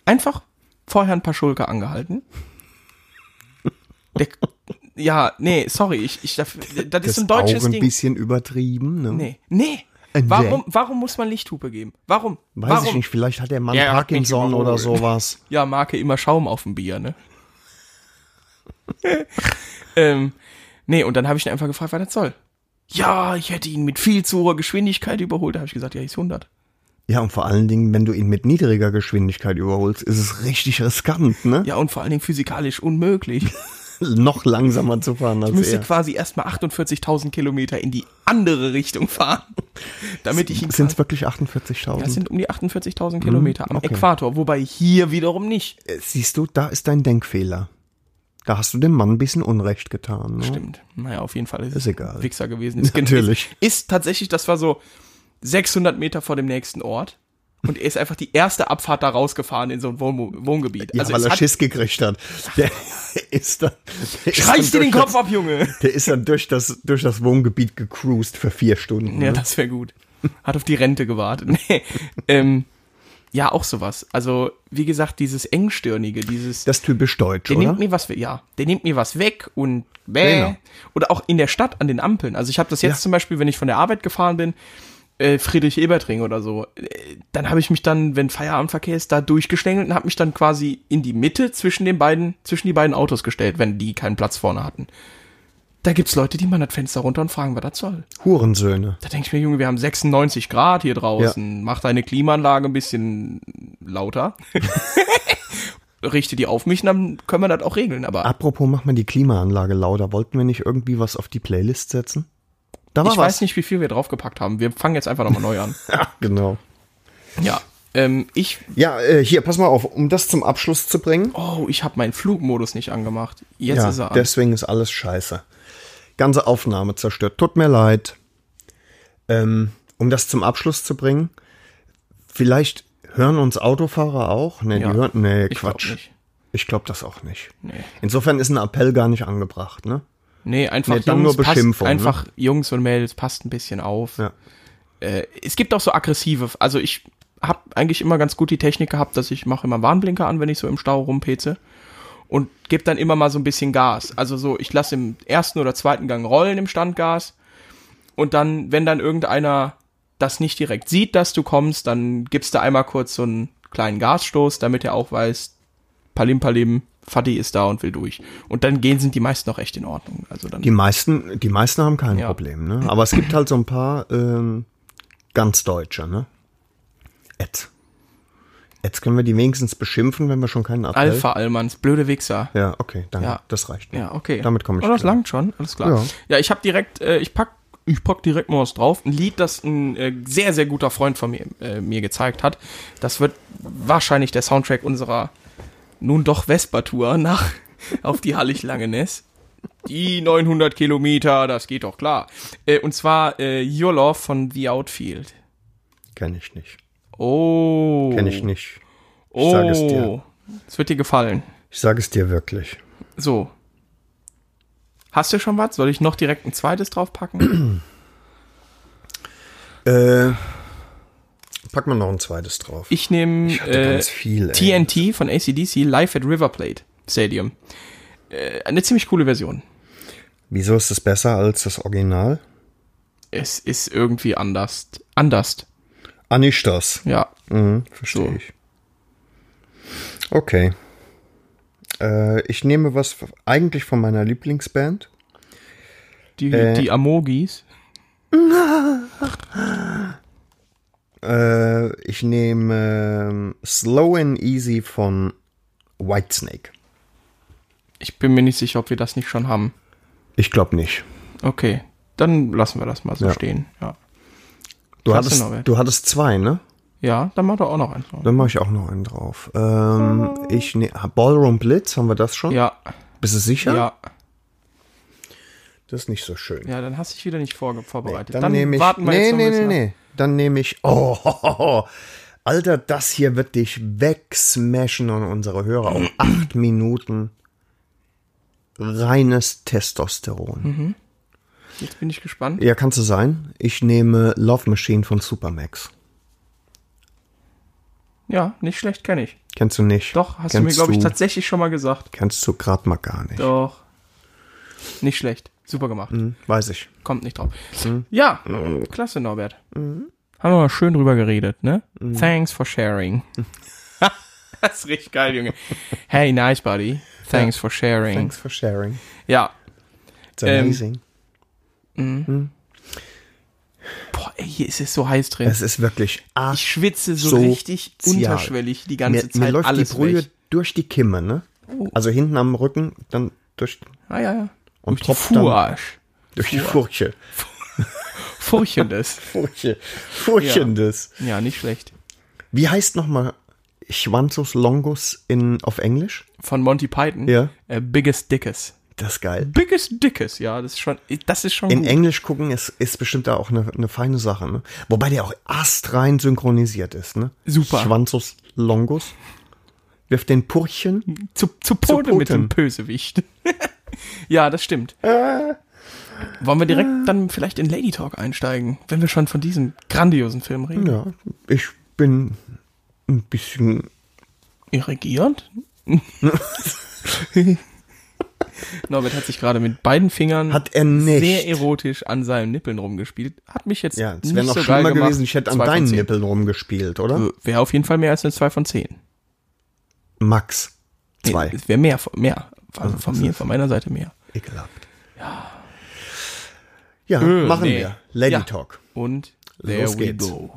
Einfach vorher ein paar Schulke angehalten. Der, ja, nee, sorry, ich, ich, das, das ist Das so ein deutsches auch ein Ding. bisschen übertrieben. Ne? Nee. Nee. Äh, nee. Warum, warum muss man Lichthupe geben? Warum? Weiß warum? ich nicht, vielleicht hat der Mann Ja, er hat mich Parkinson überholt. oder sowas. Ja, Marke immer Schaum auf dem Bier, ne? ähm, nee, und dann habe ich ihn einfach gefragt, was das soll. Ja, ich hätte ihn mit viel zu hoher Geschwindigkeit überholt. Da habe ich gesagt, ja, ich ist 100. Ja, und vor allen Dingen, wenn du ihn mit niedriger Geschwindigkeit überholst, ist es richtig riskant, ne? Ja, und vor allen Dingen physikalisch unmöglich. Noch langsamer zu fahren als Ich müsste er. quasi erstmal 48.000 Kilometer in die andere Richtung fahren, damit ich ihn Sind es wirklich 48.000? Das sind um die 48.000 Kilometer am Mhm. okay. Äquator, wobei hier wiederum nicht. Äh, Siehst du, da ist dein Denkfehler. Da hast du dem Mann ein bisschen Unrecht getan. Ne? Stimmt. Naja, auf jeden Fall ist, Ist es egal. ein Wichser gewesen. Ist, Natürlich. Ist, ist tatsächlich, das war so 600 Meter vor dem nächsten Ort. Und er ist einfach die erste Abfahrt da rausgefahren in so ein Wohn Wohngebiet. Ja, also weil es er hat, Schiss gekriegt hat. Der ist dann. der ist reiß dir dann den durch Kopf ab, Junge! Das, der ist dann durch das, durch das Wohngebiet gecruised für vier Stunden. Ja, ne? das wäre gut. Hat auf die Rente gewartet. Nee. ähm, ja, auch sowas. Also, wie gesagt, dieses Engstirnige, dieses. Das ist typisch deutsch, Der oder? nimmt mir was weg, ja. Der nimmt mir was weg und bäh. Genau. Oder auch in der Stadt an den Ampeln. Also ich habe das jetzt Ja. zum Beispiel, wenn ich von der Arbeit gefahren bin, äh, Friedrich Ebertring oder so, äh, dann habe ich mich dann, wenn Feierabendverkehr ist, da durchgeschlängelt und habe mich dann quasi in die Mitte zwischen den beiden, zwischen die beiden Autos gestellt, wenn die keinen Platz vorne hatten. Da gibt's Leute, die machen das Fenster runter und fragen, was das soll. Hurensöhne. Da denke ich mir, Junge, wir haben 96 Grad hier draußen. Mach deine Klimaanlage ein bisschen lauter. Richte die auf mich, und dann können wir das auch regeln. Aber Apropos, mach mal die Klimaanlage lauter. Wollten wir nicht irgendwie was auf die Playlist setzen? Da war ich was. weiß nicht, wie viel wir draufgepackt haben. Wir fangen jetzt einfach nochmal neu an. Ja, genau. Ja. Ähm, ich, Ja, äh, hier, pass mal auf, um das zum Abschluss zu bringen. oh, ich habe meinen Flugmodus nicht angemacht. Jetzt ja, ist er an. deswegen ist alles scheiße. Ganze Aufnahme zerstört. Tut mir leid. Ähm, um das zum Abschluss zu bringen, vielleicht hören uns Autofahrer auch. Nee, Ja. die hören, nee Ich glaub Quatsch. nicht. Ich glaube das auch nicht. Nee. Insofern ist ein Appell gar nicht angebracht, ne? Nee, einfach Nee, dann nur passt, Beschimpfung, ne? einfach Jungs und Mädels, passt ein bisschen auf. Ja. Äh, es gibt auch so aggressive, also ich habe eigentlich immer ganz gut die Technik gehabt, dass ich mache immer Warnblinker an, wenn ich so im Stau rumpeze und gebe dann immer mal so ein bisschen Gas. Also so, ich lasse im ersten oder zweiten Gang rollen im Standgas und dann, wenn dann irgendeiner das nicht direkt sieht, dass du kommst, dann gibst du einmal kurz so einen kleinen Gasstoß, damit er auch weiß, Palim Palim, Fatih ist da und will durch. Und dann gehen sind die meisten auch echt in Ordnung. Also dann Die meisten, die meisten haben kein Ja. Problem, ne? Aber es gibt halt so ein paar ähm, ganz Deutsche, ne? Ed. Jetzt können wir die wenigstens beschimpfen, wenn wir schon keinen Appell. Alpha Allmanns, blöde Wichser. Ja, okay, danke. Ja. Das reicht. mir. Ja, okay. Damit komme ich Oh, das klar. langt schon, alles klar. Ja, Ja. ich habe direkt, äh, ich pack, ich pack direkt mal was drauf. Ein Lied, das ein äh, sehr, sehr guter Freund von mir äh, mir gezeigt hat. Das wird wahrscheinlich der Soundtrack unserer nun doch Vespa-Tour nach auf die Hallig-Langenes. Die 900 Kilometer, das geht doch klar. Äh, und zwar äh, Your Love von The Outfield. Kenne ich nicht. Oh. Kenne ich nicht. Oh. sag es dir. Es wird dir gefallen. Ich sage es dir wirklich. So. Hast du schon was? Soll ich noch direkt ein zweites draufpacken? Äh, pack mal noch ein zweites drauf. Ich nehme Ich hatte äh, ganz viel, ey. TNT von ACDC Live at River Plate Stadium. Äh, eine ziemlich coole Version. Wieso ist es besser als das Original? Es ist irgendwie anders. Anders. Ah, nicht das. Ja. Mhm, verstehe So. ich. Okay. Äh, ich nehme was f- eigentlich von meiner Lieblingsband. Die, die Amogis. Äh, ich nehme ähm, Slow and Easy von Whitesnake. Ich bin mir nicht sicher, ob wir das nicht schon haben. Ich glaube nicht. Okay, dann lassen wir das mal so Ja. stehen. Ja. Du Klasse, hattest, Norbert. du hattest zwei, ne? ja, dann mach doch auch noch eins. drauf. Dann mache ich auch noch einen drauf. Ähm, ich ne Ballroom Blitz, haben wir das schon? Ja, Bist du sicher? ja, ja, Das ist nicht so schön. dann hast du dich wieder nicht vorge vorbereitet. Dann, nehme ich. warten wir nee, jetzt noch nee, nee, ein bisschen ab. nee. Dann nehme ich. Oh, ho, ho, ho. Alter, das hier wird dich wegsmashen und unsere Hörer auf acht Minuten reines Testosteron. Mhm. Jetzt bin ich gespannt. Ja, kannst du sein. Ich nehme Love Machine von Supermax. Ja, nicht schlecht, kenne ich. Kennst du nicht? Doch, hast du mir, Kennst glaube ich, tatsächlich schon mal gesagt. Kennst du gerade mal gar nicht. Doch. Nicht schlecht. Super gemacht. Weiß ich. Kommt nicht drauf. Mhm. Ja, klasse, Norbert. Haben wir mal schön drüber geredet, ne? Mhm. Thanks for sharing. das ist richtig geil, Junge. Hey, nice, buddy. Thanks for sharing. Thanks for sharing. Ja. It's Ähm, amazing. Boah, ey, hier ist es so heiß drin. es ist wirklich arg. ich schwitze so, so richtig zial. unterschwellig die ganze Mir, Zeit mir läuft die alles Brühe weg. Oh. durch die Kimme, ne? Also hinten am Rücken, dann durch, Ah, ja, ja. Und Durch die tropft dann- Fuarsch. durch die Furche. Furchendes. Furche. Furchendes. ja, nicht schlecht. Wie heißt nochmal Schwanzus Longus in, auf Englisch? Von Monty Python. Ja. Äh, biggest Dickes. Das ist geil. Biggest Dickes, ja, das ist schon, das ist schon In gut. Englisch gucken ist, ist bestimmt da auch eine, eine feine Sache, ne? Wobei der auch astrein synchronisiert ist, ne? Super. Schwanzus Longus wirft den Purchen. Zu, zu Pote Poten. mit dem Bösewicht. ja, das stimmt. Äh. Wollen wir direkt dann vielleicht in Lady Talk einsteigen, wenn wir schon von diesem grandiosen Film reden? Ja, ich bin ein bisschen. Irrigierend? Norbert hat sich gerade mit beiden Fingern Hat er nicht. sehr erotisch an seinen Nippeln rumgespielt. Hat mich jetzt Ja, es nicht wäre noch so geil schlimmer gemacht. gewesen, ich hätte an Zwei von deinen zehn. Äh. Nippeln rumgespielt, oder? Wäre auf jeden Fall mehr als eine 2 von 10. Max. Zwei. Es wäre mehr, von- mehr. Also von mir, von meiner Seite mehr. Ekelhaft. Ja, Äh, machen nee. wir. Lady Ja. Talk. Und there Los we geht's. go.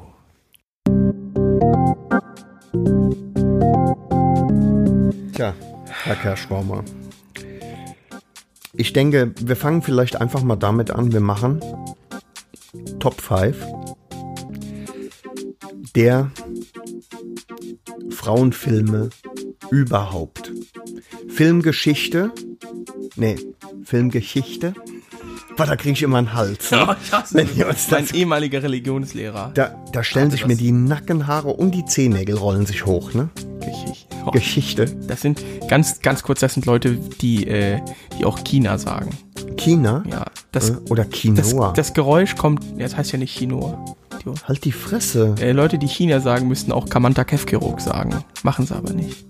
Tja, Herr Kerschbaumer. Ich denke, wir fangen vielleicht einfach mal damit an. Wir machen Top 5 der Frauenfilme überhaupt. Filmgeschichte. Nee, Filmgeschichte. Boah, da kriege ich immer einen Hals. Ne? Wenn wir uns Mein das, ehemaliger Religionslehrer. da, da stellen sich mir das- die Nackenhaare und die Zehennägel rollen sich hoch, ne? Geschichte. Oh, Geschichte. Das sind ganz, ganz kurz, das sind Leute, die, äh, die auch China sagen. China. Ja. Das, Äh, Oder das, Quinoa. das Geräusch kommt. ja, Das heißt ja nicht Chinoa. Idiot. halt die Fresse. Äh, Leute, die China sagen, müssten auch Kamanta Kefkirok sagen. Machen sie aber nicht.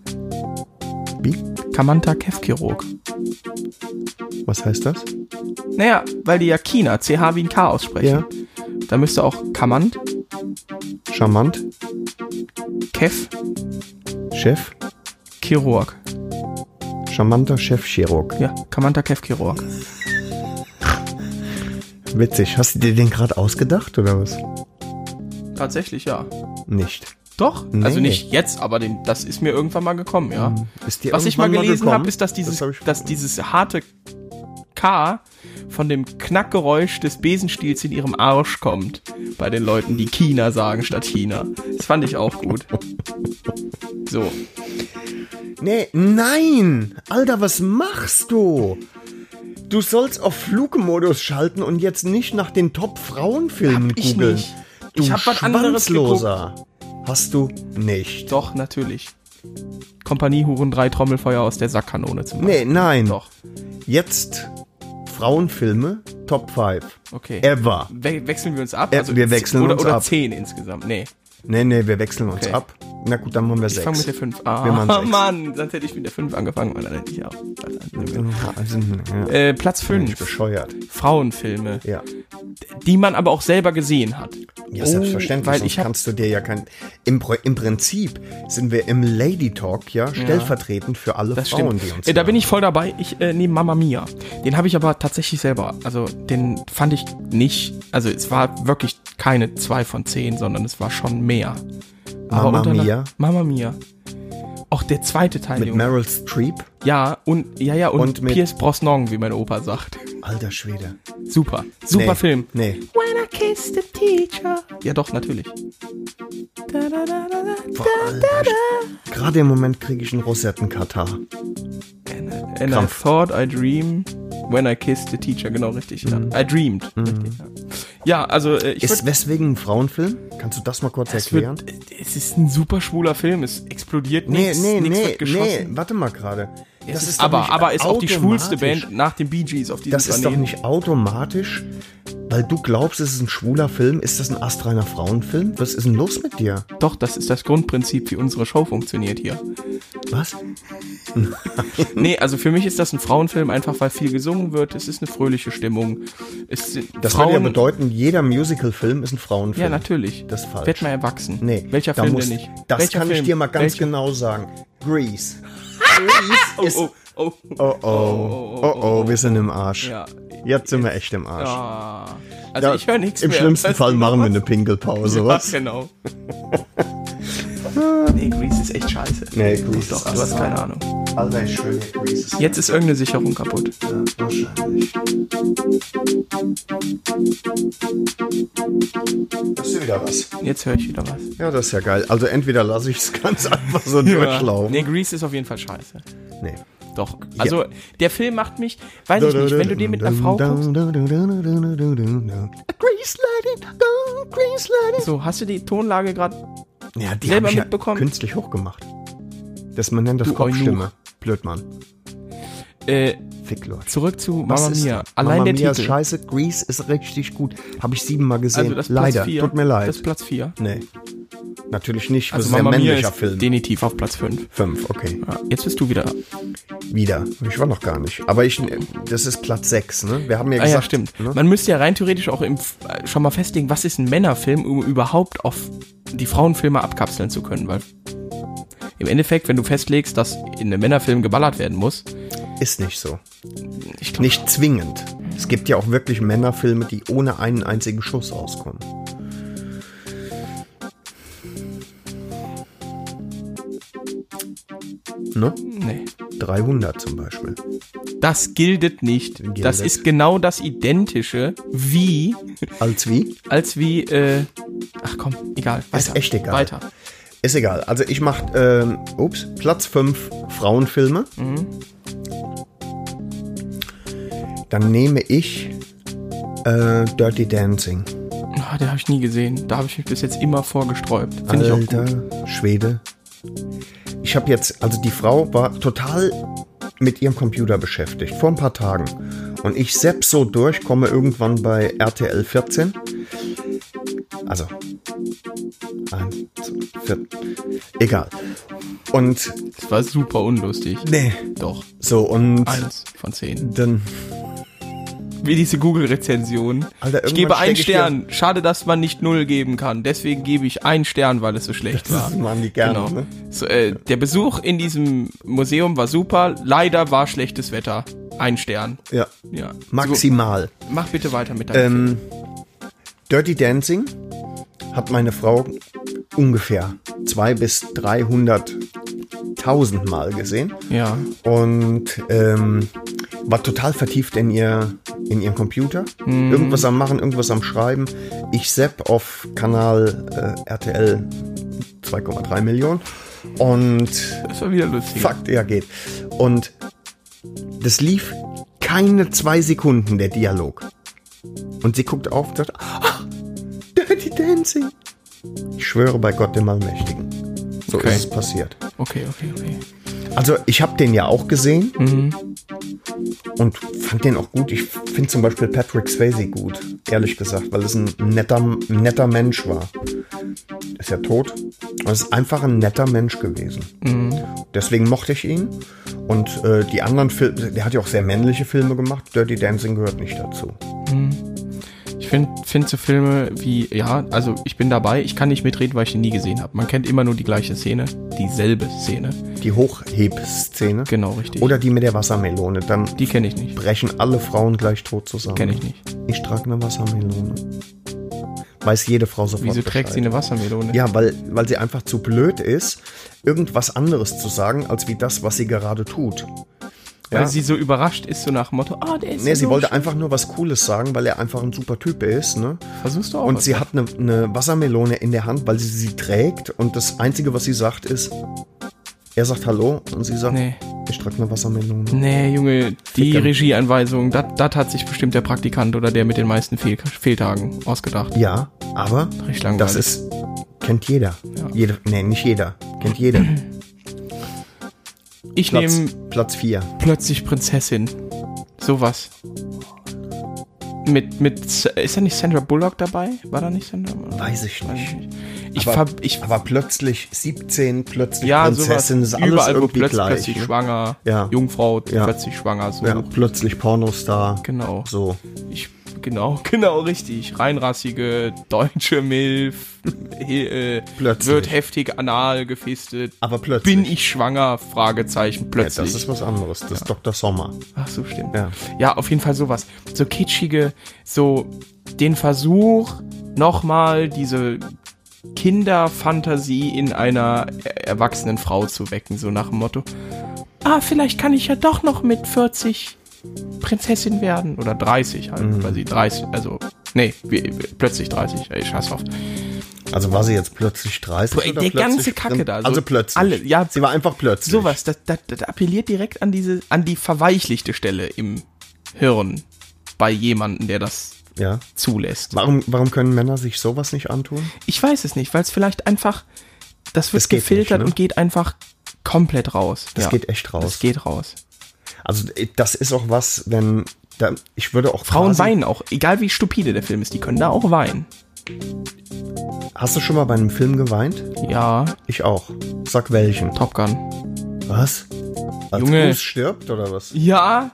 Wie? Kamanta Kefkirok. Was heißt das? Naja, weil die ja China, CH wie ein K aussprechen. Ja, Da müsste auch Kamant, charmant. Kef, Chef, Kirurg. charmanter Chefchirurg. Ja, Kamanta Kefkirok. Witzig. Hast du dir den gerade ausgedacht oder was? Tatsächlich, ja. Nicht. Doch, also Nee. Hm. nicht jetzt, aber den, das ist mir irgendwann mal gekommen, ja. Ist dir Was ich mal irgendwann gelesen gekommen? habe, ist, dass dieses, Das hab ich- dass dieses harte K von dem Knackgeräusch des Besenstiels in ihrem Arsch kommt. Bei den Leuten, die China sagen statt China. Das fand ich auch gut. So, Nee, nein! Alter, was machst du? Du sollst auf Flugmodus schalten und jetzt nicht nach den Top-Frauenfilmen Hab ich googeln. nicht. Du Ich hab was anderes Schwanzloser. Hast du nicht. doch, natürlich. Kompanie Huren 3 Trommelfeuer aus der Sackkanone zum Beispiel. Nee, nein. Doch, Jetzt Frauenfilme Top 5. okay. Ever. We wechseln wir uns ab? Also Äh, wir wechseln oder, uns oder ab. zehn insgesamt, nee. Nee, nee, wir wechseln uns Okay. ab. Na gut, dann machen wir Ich fange sechs. mit der 5. Ah, Wir machen sechs. Mann, sonst hätte ich mit der 5 angefangen. Alter, hätte ich auch. Also, ja, Äh, Platz ich 5. bescheuert. Frauenfilme, Ja. die man aber auch selber gesehen hat. Ja, Oh, selbstverständlich. Weil sonst ich habe kannst du dir ja kein. Im, Pro- Im Prinzip sind wir im Lady Talk ja stellvertretend für alle Das Frauen, stimmt. die uns. Äh, da bin hören. ich voll dabei. Ich äh, nehme Mamma Mia. Den habe ich aber tatsächlich selber. Also den fand ich nicht. Also es war wirklich keine 2 von 10, sondern es war schon mehr. Aber Mamma unter einer- Mia? Mamma Mia. Auch der zweite Teil, Mit Junge. Meryl Streep. Ja, und ja, ja, und, Und mit- Pierce Brosnan, wie mein Opa sagt. Alter Schwede. Super. Super nee, Film. Nee. When I kiss the teacher. Ja, doch, natürlich. Da, da, da, da, da, Boah, Alter. Gerade im Moment kriege ich einen Rosettenkatar. And, and I Krampf. thought I dream when I kissed the teacher. Genau, richtig. Ja. I dreamed. Richtig, ja. ja, also äh, ich Mhm. Ist würde... weswegen ein Frauenfilm? Kannst du das mal kurz Es, erklären? wird, es ist ein super schwuler Film. Es explodiert Nee, nichts. nee, nichts nee, wird nee, geschossen. warte mal gerade. es ist doch aber, nicht aber ist auch die schwulste automatisch- Band nach den Bee Gees auf diesem Das ist doch Planeten. nicht automatisch, weil du glaubst, es ist ein schwuler Film. Ist das ein astreiner Frauenfilm? Was ist denn los mit dir? Doch, das ist das Grundprinzip, wie unsere Show funktioniert hier. Was? Nee, also für mich ist das ein Frauenfilm, einfach weil viel gesungen wird. Es ist eine fröhliche Stimmung. Es sind Das Frauen, würde ja bedeuten, jeder Musical-Film ist ein Frauenfilm. Ja, natürlich. Das ist falsch. Wird mal erwachsen. Nee, Welcher da Film musst- denn nicht? Das Welcher kann ich Film? dir mal ganz Welcher- genau sagen. Grease. Grease ist. Oh, oh, oh. Oh, oh, oh, oh, wir sind im Arsch. Ja. Jetzt sind wir echt im Arsch. Ah. Also Ja, ich höre nichts Im mehr. schlimmsten Weißt Fall du machen wir noch eine Pinkelpause, was? was? Ja, genau. nee, Grease ist echt scheiße. Nee, Grease Doch, ist du hast keine Ahnung. Alter, ich schwöre, Grease ist Jetzt ist irgendeine Sicherung kaputt. wahrscheinlich. Das ist wieder was. Jetzt höre ich wieder was. Ja, das ist ja geil. Also entweder lasse ich es ganz einfach so durchlaufen. Nee, Grease ist auf jeden Fall scheiße. Nee. Doch. Also, der Film macht mich, weiß ich nicht, wenn du den mit einer Frau guckst. Grease let it go, Grease let it So, hast du die Tonlage gerade? go. Ja, die Selber hab ich mitbekommen? Ja künstlich hochgemacht. Das man nennt das Du Kopfstimme. Eunuch. Blödmann. Äh, Ficklord. zurück zu Was Mamma ist Mia. das? Allein Mamma der Mia Titel. ist scheiße, Grease ist richtig gut. Habe ich siebenmal gesehen. also das ist Leider, Platz 4. tut mir leid. Das ist Platz 4. nee, natürlich nicht. Das Also ist ein Mamma Mia männlicher ist Film. definitiv auf Platz 5. Fünf, okay. Ja, jetzt bist du wieder. Wieder. Ich war noch gar nicht. Aber ich, das ist Platz sechs, ne? Wir haben ja Ah gesagt. ja, stimmt. Ne? Man müsste ja rein theoretisch auch im, äh, schon mal festlegen, was ist ein Männerfilm, um überhaupt auf die Frauenfilme abkapseln zu können, weil im Endeffekt, wenn du festlegst, dass in einem Männerfilm geballert werden muss, Ist nicht so. ich glaub, Nicht zwingend. Es gibt ja auch wirklich Männerfilme, die ohne einen einzigen Schuss auskommen. Ne? nee. 300 zum Beispiel. Das gildet nicht. Gildet. Das ist genau das Identische wie, Als wie? als wie, äh, ach komm, egal. Weiter. Ist echt egal. Weiter. Ist egal. Also ich mache, ähm, ups, Platz 5 Frauenfilme. Dann nehme ich äh, Dirty Dancing. Ah, den habe ich nie gesehen. Da habe ich mich bis jetzt immer vorgesträubt. Finde ich auch Alter gut. Schwede. Ich habe jetzt, also die Frau war total mit ihrem Computer beschäftigt, vor ein paar Tagen. Und ich sepp so durch, komme irgendwann bei RTL 14. Also, eins, zwei, vier, egal. Und, Das war super unlustig. nee, Doch. so und... Eins von zehn. Dann, Wie diese Google-Rezension. Alter, Ich irgendwann gebe einen steck ich dir- Stern. Schade, dass man nicht null geben kann. Deswegen gebe ich einen Stern, weil es so schlecht war. das machen die gerne. Genau. Ne? So, äh, der Besuch in diesem Museum war super. Leider war schlechtes Wetter. Ein Stern. Ja, Ja. maximal. So, mach bitte weiter mit deinem. Ähm, Dirty Dancing hat meine Frau ungefähr 200 bis 300.000 Mal gesehen ja. und ähm, war total vertieft in, ihr, in ihren Computer. Irgendwas am Machen, irgendwas am Schreiben. Ich sepp auf Kanal äh, RTL 2,3 Millionen und Das war wieder lustig. Fakt, ja, geht. Und das lief keine zwei Sekunden, der Dialog. Und sie guckt auf und sagt, ah, Dirty Dancing. Ich schwöre bei Gott, dem Allmächtigen. So Okay. ist es passiert. Okay, okay, okay. Also, ich habe den ja auch gesehen Mhm. und fand den auch gut. Ich finde zum Beispiel Patrick Swayze gut, ehrlich gesagt, weil es ein netter, netter Mensch war. Ist ja tot und Das ist einfach ein netter Mensch gewesen. Mhm. Deswegen mochte ich ihn. Und äh, die anderen Filme, der hat ja auch sehr männliche Filme gemacht. Dirty Dancing gehört nicht dazu. Ich finde find so Filme wie, ja, also ich bin dabei, ich kann nicht mitreden, weil ich den nie gesehen habe. Man kennt immer nur die gleiche Szene, dieselbe Szene. Die Hochhebszene. Genau, richtig. Oder die mit der Wassermelone. Dann die kenne ich nicht. brechen alle Frauen gleich tot zusammen. Kenne ich nicht. Ich trage eine Wassermelone. Weiß jede Frau sofort. Wieso trägt sie Bescheid. eine Wassermelone? Ja, weil, weil sie einfach zu blöd ist, irgendwas anderes zu sagen, als wie das, was sie gerade tut. Weil ja. sie so überrascht ist, so nach dem Motto, ah, der ist Nee, ja sie so wollte einfach nur was Cooles sagen, weil er einfach ein super Typ ist, ne? Versuchst du auch Und Oh, was sie hat eine, eine Wassermelone in der Hand, weil sie sie trägt und das Einzige, was sie sagt, ist, er sagt Hallo und sie sagt, Nee. ich trage eine Wassermelone. Nee, Junge, die Ficken. Regieanweisung, das hat sich bestimmt der Praktikant oder der mit den meisten Fehl Fehltagen ausgedacht. Ja, aber Richtig langweilig. das ist, kennt jeder. Ja. jeder. Nee, nicht jeder. Kennt jeder. Ich Platz, nehme Platz 4. plötzlich Prinzessin. Sowas. Mit, mit, ist da nicht Sandra Bullock dabei? War da nicht Sandra Bullock? Weiß ich nicht. Ich, Aber, ver, ich aber plötzlich 17, plötzlich ja, Prinzessin, sowas. ist alles Überall, wo irgendwie plötzlich, gleich. plötzlich ne? schwanger, Ja. Jungfrau, Ja. plötzlich schwanger, so. ja, plötzlich Pornostar. Genau. So. Ich, genau, genau richtig. Reinrassige deutsche Milf he- äh, Plötzlich. wird heftig anal gefistet. Aber plötzlich. Bin ich schwanger? Ja, Fragezeichen. das Plötzlich. ist was anderes. Das ist Dr. Sommer. Ach so, stimmt. Ja. Ja. auf jeden Fall sowas. So kitschige, so den Versuch, nochmal diese Kinderfantasie in einer er- erwachsenen Frau zu wecken. So nach dem Motto, ah, vielleicht kann ich ja doch noch mit 40 Prinzessin werden. Oder 30 halt, weil sie 30, also, nee, wie, wie, plötzlich 30. Ey, scheiß drauf. Also war sie jetzt plötzlich 30 Boah, ey, oder der plötzlich ganze Kacke drin? da, so also plötzlich. alle, ja. sie war einfach plötzlich. Sowas, das, das, das appelliert direkt an diese, an die verweichlichte Stelle im Hirn bei jemandem, der das Ja. zulässt. Warum, warum können Männer sich sowas nicht antun? Ich weiß es nicht, weil es vielleicht einfach, das wird Es geht nicht, gefiltert ne? und geht einfach komplett raus. Das geht echt raus. Das geht raus. Also das ist auch was, wenn da, ich würde auch Frauen quasi- weinen auch, egal wie stupide der Film ist, die können da auch weinen. Hast du schon mal bei einem Film geweint? Ja, Ich auch. Sag welchen? Top Gun. Was? Als Junge. Bruce stirbt oder was? Ja.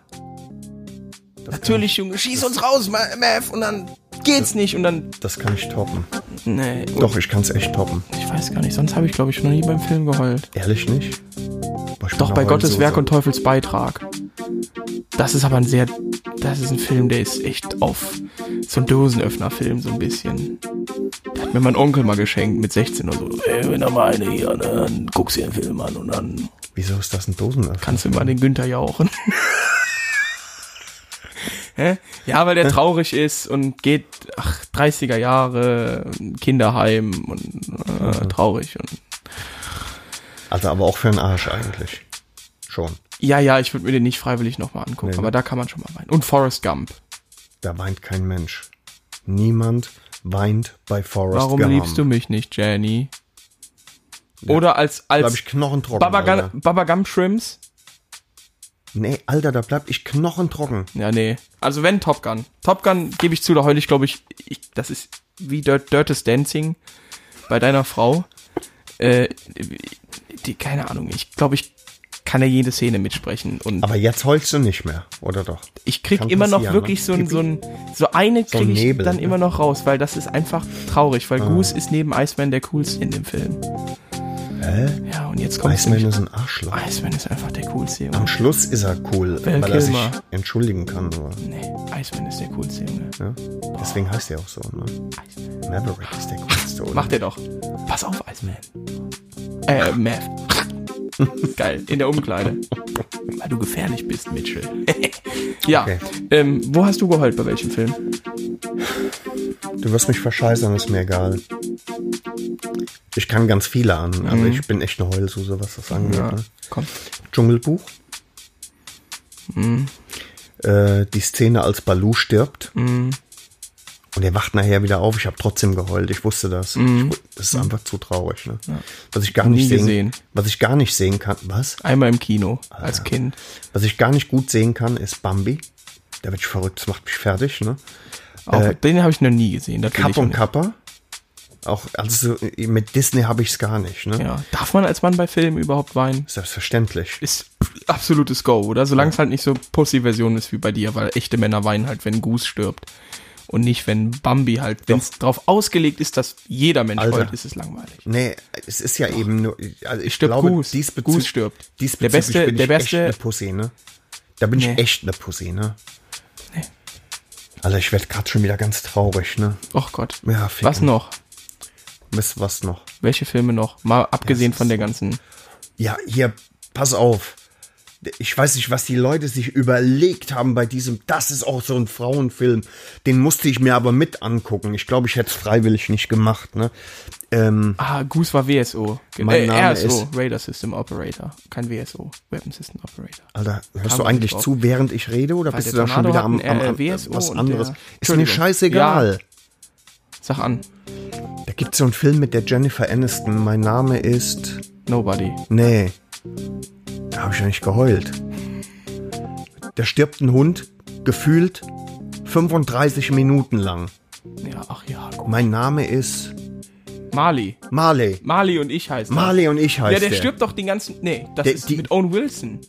Natürlich, Junge, schieß uns raus, Ma- Mav, und dann geht's nicht und dann, Das kann ich toppen. nee. und Doch, ich kann es echt toppen. Ich weiß gar nicht, sonst habe ich, glaube ich, noch nie beim Film geheult. Ehrlich nicht? Boah, ich bin Doch, bei aber Gottes Genau, so- Werk und Teufels Beitrag. Das ist aber ein sehr, das ist ein Film, der ist echt auf so ein Dosenöffner-Film, so ein bisschen. Hat mir mein Onkel mal geschenkt mit 16 oder so. Ey, wenn da mal eine hier, ne, dann guckst du dir den Film an und dann Wieso ist das ein Dosenöffner? kannst du immer den Günther jauchen. Hä? Ja, weil der traurig ist und geht, ach, 30er Jahre, Kinderheim und äh, traurig und Also aber auch für einen Arsch eigentlich. Schon. Ja, ja, ich würde mir den nicht freiwillig nochmal angucken, Nee, ne? aber da kann man schon mal weinen. Und Forrest Gump. Da weint kein Mensch. Niemand weint bei Forrest Warum Gump. liebst du mich nicht, Jenny? Oder als, Da bleib als ich knochentrocken. Baba, Alter. Gun, Baba Gump Shrimps? Nee, Alter, da bleib ich knochentrocken. Ja, nee. Also wenn Top Gun. Top Gun gebe ich zu, da heul ich, glaube ich, ich, das ist wie Dirt, Dirtes Dancing bei deiner Frau. Äh, die, keine Ahnung, ich glaube, ich kann ja jede Szene mitsprechen. Und Aber jetzt heulst du nicht mehr, oder doch? ich krieg Kann immer noch passieren, wirklich ne? so ein, so ein, so eine krieg ein ich Nebel, dann ne? Ah. immer noch raus, weil das ist einfach traurig, weil Goose ist neben Iceman der coolste in dem Film. Hä? Ja, und jetzt kommt Iceman nämlich- ist ein Arschloch. Iceman ist einfach der coolste Junge. Am Schluss ist er cool, Val weil er sich Kilmer. entschuldigen kann. Aber, Nee, Iceman ist der coolste Junge. ja? Deswegen heißt er auch so, ne? Maverick ist der coolste, oder? Macht er doch. Pass auf, Iceman. Äh, Mav. Geil, in der Umkleide. Weil du gefährlich bist, Mitchell. ja, Okay. ähm, wo hast du geheult, bei welchem Film? Du wirst mich verscheißern, ist mir egal. Ich kann ganz viele an, aber Mhm. ich bin echt eine Heulsuse, was das angeht. Ne? komm. Dschungelbuch. Mhm. Äh, die Szene, als Balu stirbt. Mhm. Und er wacht nachher wieder auf. Ich habe trotzdem geheult. Ich wusste das. Ich, wu- das ist einfach zu traurig. Ne? Was ich gar nicht Mhm. Nie sehen, gesehen. was ich gar nicht sehen kann. Was? Einmal im Kino, Ah. als Kind. Was ich gar nicht gut sehen kann, ist Bambi. Da wird ich verrückt. Das macht mich fertig. Ne? Auch, den habe ich noch nie gesehen. das will ich Kapp und nicht. Kappa. Auch also mit Disney habe ich es gar nicht. Ne? Ja. Darf man als Mann bei Filmen überhaupt weinen? Selbstverständlich. Ist absolutes Go, oder? Solange es halt nicht so Pussy-Version ist wie bei dir, weil echte Männer weinen halt, wenn Goose stirbt. Und nicht, wenn Bambi halt, wenn es drauf ausgelegt ist, dass jeder Mensch Alter. heult, ist es langweilig. Nee, es ist ja eben nur. Also ich Stirbt glaube, Goose. diesbezü- Goose stirbt. Der Diesbezüglich beste, bin ich der echt eine beste, Pussy, ne? Da bin ich Nee. echt eine Pussy, ne? Nee. Alter, ich werde gerade schon wieder ganz traurig, ne? oh Gott. Ja, Was ficken. noch? Was, was noch? Welche Filme noch? Mal abgesehen es von ist der ganzen. Ja, hier, pass auf. Ich weiß nicht, was die Leute sich überlegt haben bei diesem. Das ist auch so ein Frauenfilm. Den musste ich mir aber mit angucken. Ich glaube, ich hätte es freiwillig nicht gemacht, ne? Ähm, Ah, Goose war WSO. Genau. Mein Äh, Name RSO, Radar System Operator. Kein WSO, Weapon System Operator. Alter, hörst Kam du ich eigentlich drauf. zu, während ich rede, oder Weil bist du der da schon Tornado wieder hat am, am, einen am RRWSO was und anderes? ist der- mir Entschuldigung. scheißegal. Sag an. Da gibt es so einen Film mit der Jennifer Aniston. Mein Name ist. Nobody. Nee. Da habe ich ja nicht geheult. Da stirbt ein Hund, gefühlt 35 Minuten lang. Ja, ach ja, gut. Mein Name ist Marley. Marley. Marley und ich heißt er. Marley und ich heißt Ja, der der. stirbt doch den ganzen. Nee, das Der- ist die- mit Owen Wilson.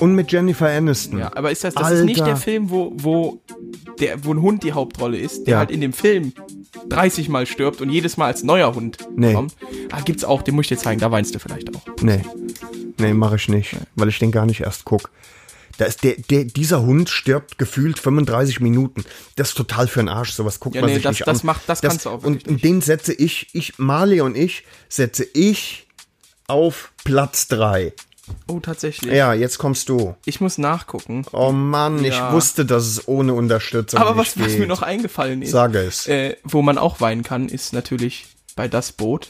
Und mit Jennifer Aniston. Ja, aber ist das, das ist nicht Alter. der Film, wo, wo, der, wo ein Hund die Hauptrolle ist, der Ja. halt in dem Film 30 Mal stirbt und jedes Mal als neuer Hund Nee. kommt. Ah, gibt's auch, den muss ich dir zeigen, da weinst du vielleicht auch. Nee. Nee, mache ich nicht, weil ich den gar nicht erst guck. Da ist der, der, dieser Hund stirbt gefühlt 35 Minuten. Das ist total für den Arsch. Sowas guckt Ja, man nee, sich das- nicht das an. macht- das kannst du auch Und wirklich den setze ich, ich, Marley und ich, setze ich auf Platz drei. Oh, tatsächlich. Ja, jetzt kommst du. Ich muss nachgucken. Oh Mann, Ja. ich wusste, dass es ohne Unterstützung Aber nicht was, was geht. mir noch eingefallen ist, Sage es. äh, wo man auch weinen kann, ist natürlich bei das Boot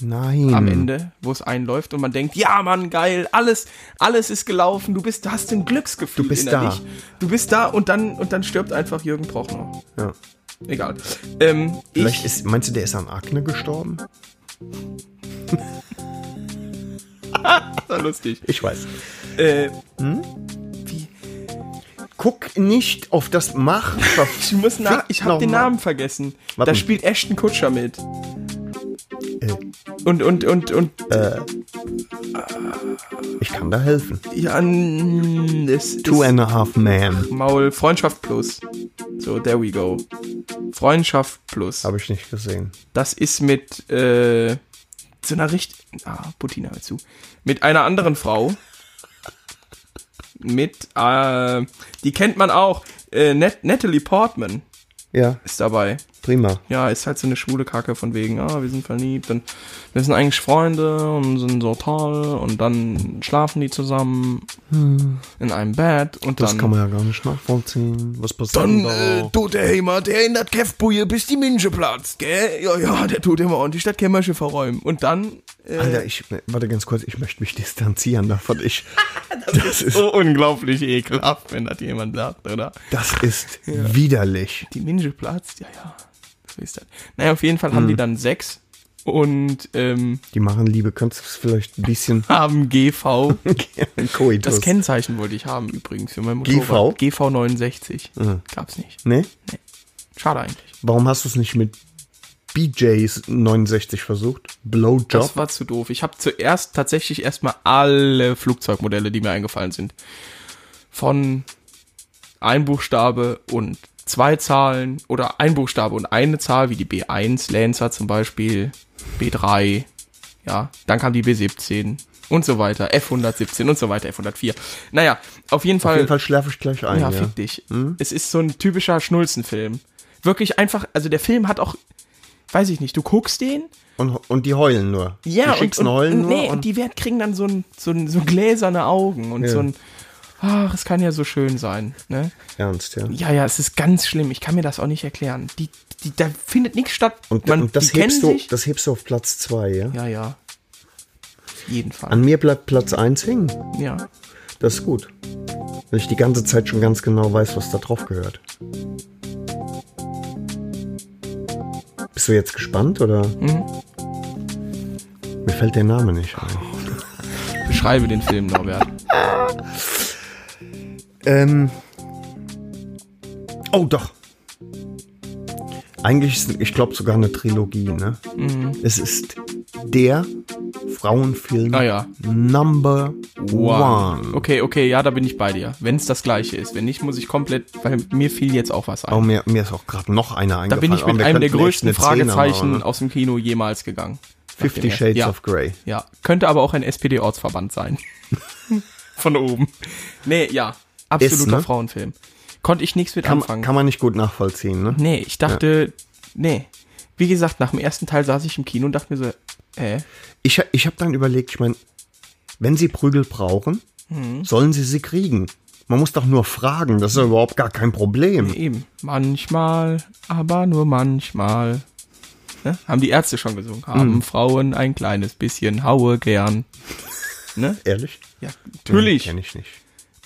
Nein. am Ende, wo es einläuft und man denkt, ja Mann, geil, alles, alles ist gelaufen, du bist, du hast ein Glücksgefühl Du bist da. Du bist da und dann und dann stirbt einfach Jürgen Prochnow. Ja. Egal. Ähm, Vielleicht ich, ist, meinst du, der ist an Akne gestorben? das war lustig. Ich weiß. Äh, Guck nicht auf das Mach. ich muss nach, ich habe den Namen vergessen. Warte. Da spielt Ashton Kutscher mit. Äh. Und und und und Ich kann da helfen. ja, n- es ist Two and a half man. Maul Freundschaft plus. So, there we go. Freundschaft plus. Habe ich nicht gesehen. Das ist mit äh, so einer richt Ah, Putin hör zu. Mit einer anderen Frau. Mit, äh, die kennt man auch. Äh, Nat Natalie Portman Ja, ist dabei. prima. Ja, ist halt so eine schwule Kacke von wegen, ah, wir sind verliebt und wir sind eigentlich Freunde und sind so toll und dann schlafen die zusammen in einem Bett und Hm. Das dann. kann man ja gar nicht nachvollziehen. Was passiert Dann denn äh, da? tut der immer, der in das Käfbuje bis die Minche platzt, gell? Ja, ja, der tut immer ordentlich das Kämmerchen verräumen. Und dann. Äh, Alter, ich, ne, warte ganz kurz, ich möchte mich distanzieren davon. Ich, das, ist, so unglaublich ekelhaft, wenn das jemand sagt, oder? das ist widerlich. Die Minche platzt, ja, ja. So ist das. Naja, auf jeden Fall Hm. haben die dann Sex und ähm, Die machen Liebe, könntest du es vielleicht ein bisschen haben GV. Koitus. Das Kennzeichen wollte ich haben übrigens für mein GV? Motorrad. GV? GV 69. Gab's nicht. Nee? Schade eigentlich. Warum hast du es nicht mit BJs 69 versucht? Blowjob? Das war zu doof. Ich habe zuerst tatsächlich erstmal alle Flugzeugmodelle, die mir eingefallen sind. Von ein Buchstabe und zwei Zahlen oder ein Buchstabe und eine Zahl, wie die B1, Lancer zum Beispiel, B3, ja, dann kam die B17 und so weiter, F117 und so weiter, F104. Naja, auf jeden Auf Fall, jeden Fall schlafe ich gleich ein. ja, Ja, fick dich. Es ist so ein typischer Schnulzenfilm. Wirklich einfach, also der Film hat auch, weiß ich nicht, du guckst den Und, und die heulen nur. ja, die schickst und, und, und, Heulen und, nur. nee, und die werden, kriegen dann so, ein, so, ein, so gläserne Augen und Ja. so ein, ach, es kann ja so schön sein. Ne? Ernst, ja. Ja, ja, es ist ganz schlimm. Ich kann mir das auch nicht erklären. Die, die, da findet nichts statt. Und, Man- und das, die kennen hebst du, sich. das hebst du auf Platz 2, ja? Ja, ja. Auf jeden Fall. An mir bleibt Platz 1 hängen. ja. Das ist gut. Weil ich die ganze Zeit schon ganz genau weiß, was da drauf gehört. Bist du jetzt gespannt oder? Mhm. Mir fällt der Name nicht ein. Beschreibe den Film, Norbert. Ähm. Oh, doch. Eigentlich ist, ich glaube, sogar eine Trilogie, ne? Mhm. Es ist der Frauenfilm Ah, ja. Number Wow. One. Okay, okay, ja, da bin ich bei dir. Wenn es das gleiche ist. Wenn nicht, muss ich komplett, weil mir fiel jetzt auch was ein. Oh, mir, mir ist auch gerade noch einer da eingefallen. bin ich aber mit wir einem der könnten echt größten eine Zehner Fragezeichen machen, ne? aus dem Kino jemals gegangen. Nach dem Fifty ersten. Shades ja. of Grey. Ja, könnte aber auch ein SPD-Ortsverband sein. Von oben. Nee, ja, absoluter ne? Frauenfilm. Konnte ich nichts mit Kann, anfangen. kann man nicht gut nachvollziehen, ne? nee, ich dachte, nee. Wie gesagt, nach dem ersten Teil saß ich im Kino und dachte mir so, äh, Ich, ha- ich habe dann überlegt, ich meine, wenn sie Prügel brauchen, Mhm. sollen sie sie kriegen. Man muss doch nur fragen, das ist ja überhaupt gar kein Problem. eben. Manchmal, aber nur manchmal. Ne? Haben die Ärzte schon gesungen. Haben Mhm. Frauen ein kleines bisschen Haue gern. ne? Ehrlich? Ja, natürlich. Äh. Kenn ich nicht.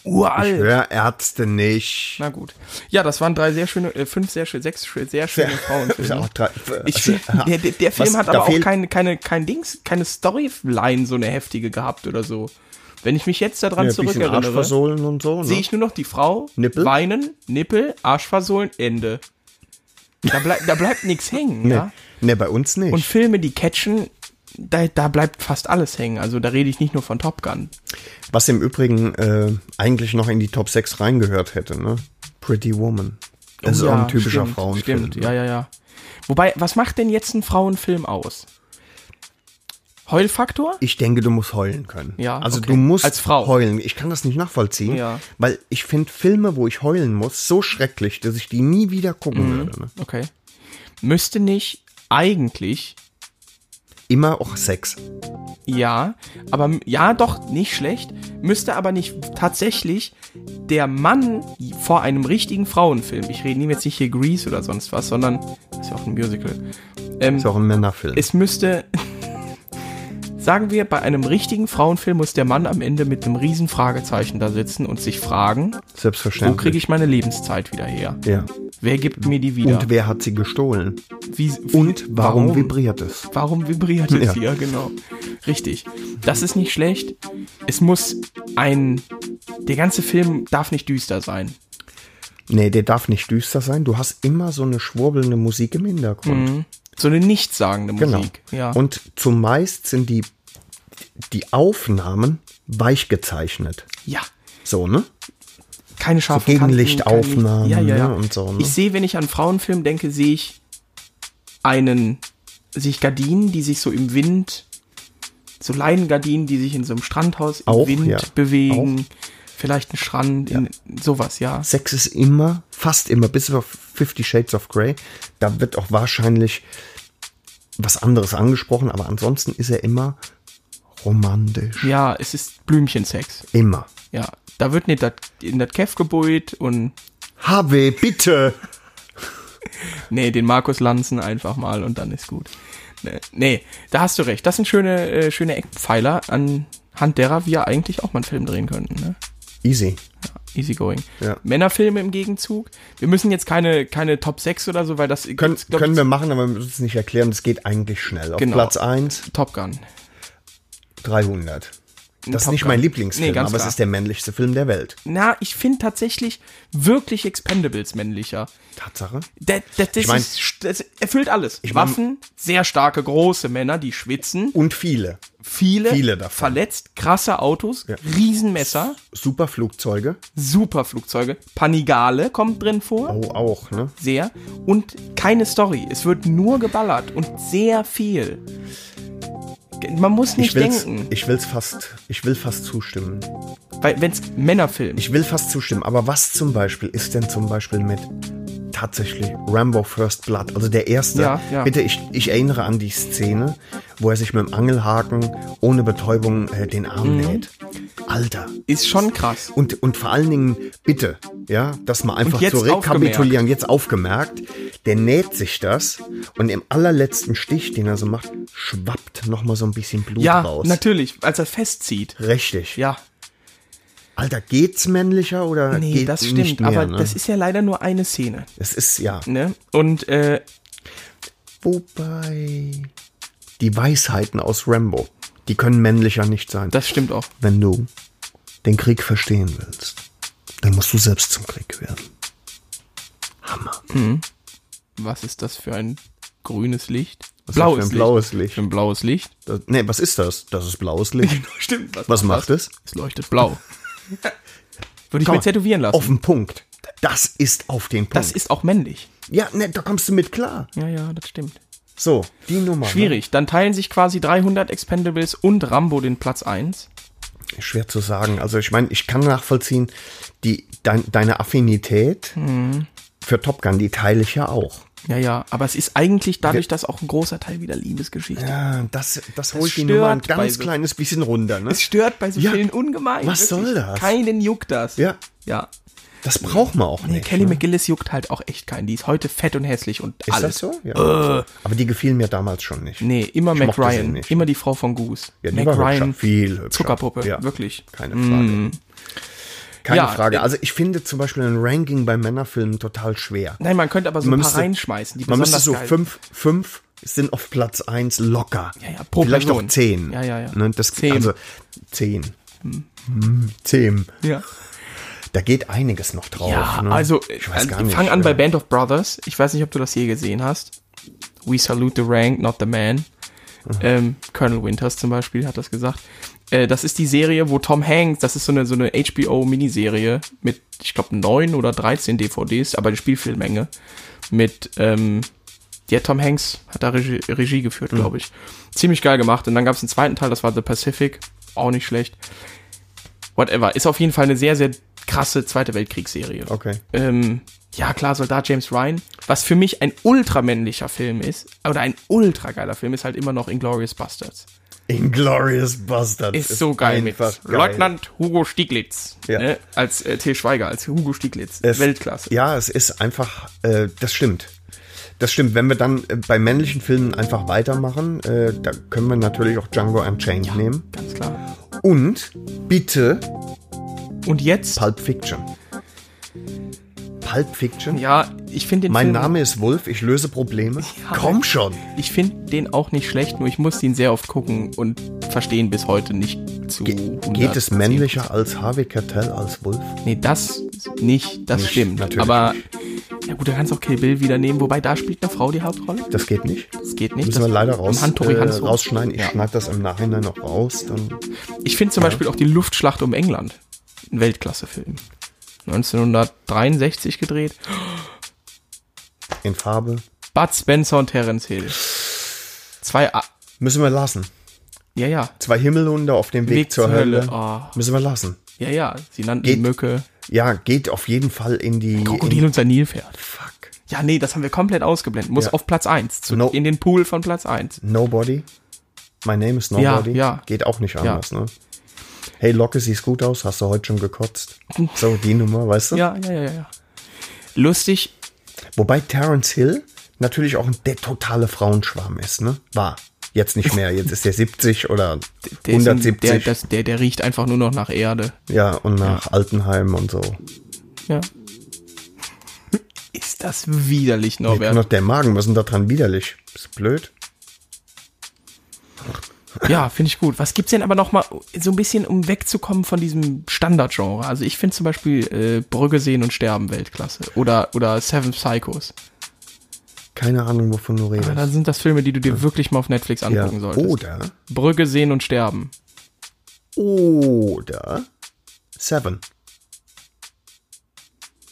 Uralt. Hör Ärzte nicht. Na gut. Ja, das waren drei sehr schöne, äh, fünf sehr schöne, sechs schö- sehr schöne Frauenfilme. Auch drei- also, Ich, find, der, der, der Film Was, hat da aber auch fehlt- keine, keine, kein Dings, keine Storyline so eine heftige gehabt oder so. Wenn ich mich jetzt daran Ja, ein bisschen Arsch zurückerinnere, versohlen und so. Ne? sehe ich nur noch die Frau Nippel? weinen, Nippel, Arsch versohlen, Ende. Da, bleib, da bleibt nichts hängen, nee. ja. nee, bei uns nicht. Und Filme, die catchen, da, da bleibt fast alles hängen. Also da rede ich nicht nur von Top Gun. Was im Übrigen äh, eigentlich noch in die Top 6 reingehört hätte, ne? Pretty Woman. Das ist auch ein typischer Oh stimmt, Frauenfilm. Stimmt, ja, ja, ja. Wobei, was macht denn jetzt ein Frauenfilm aus? Heulfaktor? Ich denke, du musst heulen können. Ja, also okay. du musst Als Frau. heulen. Ich kann das nicht nachvollziehen, Ja. weil ich finde Filme, wo ich heulen muss, so schrecklich, dass ich die nie wieder gucken Mhm. würde. Ne? Okay. Müsste nicht eigentlich, Immer auch Sex. ja, aber m- ja, doch, nicht schlecht, müsste aber nicht tatsächlich der Mann vor einem richtigen Frauenfilm, ich rede nehme jetzt nicht hier Grease oder sonst was, sondern, ist ja auch ein Musical, ähm, Ist auch ein Männerfilm. es müsste, sagen wir, bei einem richtigen Frauenfilm muss der Mann am Ende mit einem riesen Fragezeichen da sitzen und sich fragen, wo Selbstverständlich. kriege ich meine Lebenszeit wieder her? ja. Wer gibt mir die wieder? Und wer hat sie gestohlen? Wie- Und warum, vibriert es? Warum vibriert es Ja. hier? Genau. Richtig. Das ist nicht schlecht. Es muss ein. Der ganze Film darf nicht düster sein. Nee, der darf nicht düster sein. Du hast immer so eine schwurbelnde Musik im Hintergrund. So eine nichtssagende Genau. Mhm, Musik. Ja. Und zumeist sind die, die Aufnahmen weich gezeichnet. ja. So, ne? Keine scharfen gegen Kanten, Lichtaufnahmen, keine- Ja, ja, ja. ne, und so, ne? Ich sehe, wenn ich an Frauenfilm denke, sehe ich einen. Sehe ich Gardinen, die sich so im Wind. So Leinengardinen, die sich in so einem Strandhaus im Auch, Wind ja. bewegen. Vielleicht ein Strand, in, sowas, ja. Sex ist immer, fast immer, bis auf Fifty Shades of Grey. Da wird auch wahrscheinlich was anderes angesprochen, aber ansonsten ist er immer romantisch. Ja, es ist Blümchensex. Immer. Ja, da wird nicht dat, in das Kev gebeut und Habe, bitte! nee, den Markus Lanzen einfach mal und dann ist gut. Nee, nee da hast du recht. Das sind schöne, äh, schöne Eckpfeiler, anhand derer wir eigentlich auch mal einen Film drehen könnten. Ne? Easy. Easy going. Ja. Männerfilme im Gegenzug. Wir müssen jetzt keine, keine Top 6 oder so, weil das Können, glaub ich, können wir machen, aber wir müssen es nicht erklären. Das geht eigentlich schnell. Auf Genau. Platz 1, Top Gun. 300. Das ist Top nicht Gun. mein Lieblingsfilm, Nee, ganz aber es klar. ist der männlichste Film der Welt. Na, ich finde tatsächlich wirklich Expendables männlicher. Tatsache. Das, das, das, Ich mein- ist, das erfüllt alles. mein- Waffen, sehr starke, große Männer, die schwitzen. Und viele. viele, Viele davon. verletzt, krasse Autos, Riesenmesser, Super Flugzeuge. super Flugzeuge, Panigale kommt drin vor, Oh, auch, ne? sehr und keine Story. Es wird nur geballert und sehr viel. Ge- Man muss nicht Ich will's, denken, ich will's fast, ich will fast zustimmen. weil wenn es Männerfilm, Ich will fast zustimmen, aber was zum Beispiel ist denn zum Beispiel mit tatsächlich Rambo First Blood, also der erste? Ja, ja. Bitte, ich, ich erinnere an die Szene, wo er sich mit dem Angelhaken ohne Betäubung äh, den Arm näht. Alter. Mhm. ist schon krass. Und, und vor allen Dingen, bitte, ja, das mal einfach jetzt zu rekapitulieren, jetzt aufgemerkt, der näht sich das und im allerletzten Stich, den er so macht, schwappt nochmal so ein bisschen Blut Ja, raus. natürlich, als er festzieht. Richtig. Ja, Alter, geht's männlicher oder nee, geht das stimmt, nicht mehr, aber ne? das ist ja leider nur eine Szene. Es ist ja. Ne? Und äh, Wobei die Weisheiten aus Rambo, die können männlicher nicht sein. das stimmt auch. Wenn du den Krieg verstehen Hm, willst, dann musst du selbst zum Krieg werden. Hammer. Was ist das für ein grünes Licht? ist das für ein blaues Licht? Für ein blaues Licht. Das, nee, was ist das? Das ist blaues Licht. Genau, Stimmt. Was macht es? Es leuchtet blau. Würde ich Komm mir mal, tätowieren lassen. Auf den Punkt. Das ist auf den Punkt. das ist auch männlich. ja, ne, da kommst du mit klar. Ja, ja, das stimmt. So, die Nummer. ne? Schwierig. Dann teilen sich quasi 300 Expendables und Rambo den Platz 1. Ne? Schwer zu sagen. Also ich meine, ich kann nachvollziehen, die, dein, deine Affinität für Top Gun, die teile ich ja auch. Ja, ja. Aber es ist eigentlich dadurch, dass auch ein großer Teil wieder Liebesgeschichte. Ja, das, das Das holt die Nummer ein stört bei ganz so- kleines bisschen runter. Ne? Es stört bei so Ja. vielen ungemein. Was soll das? Keinen juckt das. Ja. Ja. Das braucht man auch Nee, nicht. Kelly ne? McGillis juckt halt auch echt keinen. Die ist heute fett und hässlich und Ist das alles. so? Ja. Aber die gefielen mir damals schon nicht. Nee, immer Ich Mac mochte sie Ryan. nicht. Immer die Frau von Goose. Ja, die Mac war hübscher, Ryan, viel hübscher. Zuckerpuppe, Ja. wirklich. Keine Frage. Keine Ja, Frage. äh, Also ich finde zum Beispiel ein Ranking bei Männerfilmen total schwer. Nein, man könnte aber so Man ein paar müsste- reinschmeißen, die Man müsste besonders so geil fünf, fünf sind auf Platz eins locker. Ja, ja, pro Vielleicht Person. auch zehn. Ja, ja, ja. Ne, das, Zehn. Also zehn. Hm, Zehn. sind. Ja, Da geht einiges noch drauf. ja ne? also ich weiß gar äh, nicht. fang an äh, bei Band of Brothers. Ich weiß nicht, ob du das je gesehen hast. We salute the rank, not the man. Mhm. Ähm, Colonel Winters zum Beispiel hat das gesagt. Äh, das ist die Serie, wo Tom Hanks, das ist so eine, so eine HBO-Miniserie mit, ich glaube, neun oder 13 DVDs, aber eine Spielfilmmenge. Mit, ähm, ja, Tom Hanks hat da Regie, Regie geführt, Mhm. glaube ich. Ziemlich geil gemacht. Und dann gab es einen zweiten Teil, das war The Pacific. Auch nicht schlecht. Whatever. Ist auf jeden Fall eine sehr, sehr krasse Zweite Weltkriegsserie Okay. ähm, ja klar, Soldat James Ryan, was für mich ein ultramännlicher Film ist, oder ein ultra geiler Film, ist halt immer noch Inglourious Bastards. Inglorious Bastards. Ist, so geil mit einfach geil. Leutnant Hugo Stieglitz. Ja. Ne? Als äh, Till Schweiger, als Hugo Stieglitz. Es- Weltklasse. Ja, es ist einfach, äh, das stimmt. Das stimmt, wenn wir dann äh, bei männlichen Filmen einfach weitermachen, äh, da können wir natürlich auch Django Unchained nehmen. Ganz klar. Und bitte Und jetzt, Pulp Fiction. Pulp Fiction? ja, ich finde den Mein Film, Name ist Wolf, ich löse Probleme. Komm schon! ich finde den auch nicht schlecht, nur ich muss den sehr oft gucken und verstehen bis heute nicht zu Ge geht es 110%. männlicher als Harvey Keitel als Wolf? Nee, das nicht, das Nicht, stimmt. natürlich Aber, nicht. ja gut, da kannst du auch Kill Bill wieder nehmen, wobei da spielt eine Frau die Hauptrolle. Das geht nicht. Das geht nicht. Müssen das wir leider raus, Hand, Tori äh, Hans hoch. rausschneiden. Ich Ja. schneide das im Nachhinein noch raus. Dann Ich finde zum Beispiel auch die Luftschlacht um England ein Weltklassefilm. 1963 gedreht. in Farbe. Bud Spencer und Terence Hill. Zwei. A Müssen wir lassen. ja, ja. Zwei Himmelhunde auf dem Weg, zur Hölle. Oh. Müssen wir lassen. Ja, ja. Sie nannten die Geht- Mücke. Ja, geht auf jeden Fall in die. Krokodil In, und sein Nilpferd. fuck. Ja, nee, das haben wir komplett ausgeblendet. Muss Ja. auf Platz 1. Zu, No. In den Pool von Platz 1. Nobody. My name is Nobody. ja. Geht auch nicht anders, ne? Hey, Locke, siehst gut aus. Hast du heute schon gekotzt? So, die Nummer, weißt du? Ja, ja, ja, ja, ja. Lustig. Wobei Terence Hill natürlich auch der totale Frauenschwarm ist, ne? War. Jetzt nicht mehr. Jetzt ist er 70 oder Der, ist ein, der, 170. das, der, der riecht einfach nur noch nach Erde. ja, und nach Altenheim und so. Oh, Ja. Ist das widerlich, Mir Norbert. noch der Magen, was ist denn da dran widerlich? Ist blöd. Ja, finde ich gut. Was gibt's denn aber noch mal so ein bisschen, um wegzukommen von diesem Standardgenre? Also ich finde zum Beispiel äh, Brügge sehen und sterben Weltklasse oder oder Seven Psychos. Keine Ahnung, wovon du redest. Ja, dann sind das Filme, die du dir wirklich mal auf Netflix ja. Oh. angucken solltest. Oder Brügge sehen und sterben. Oder Seven.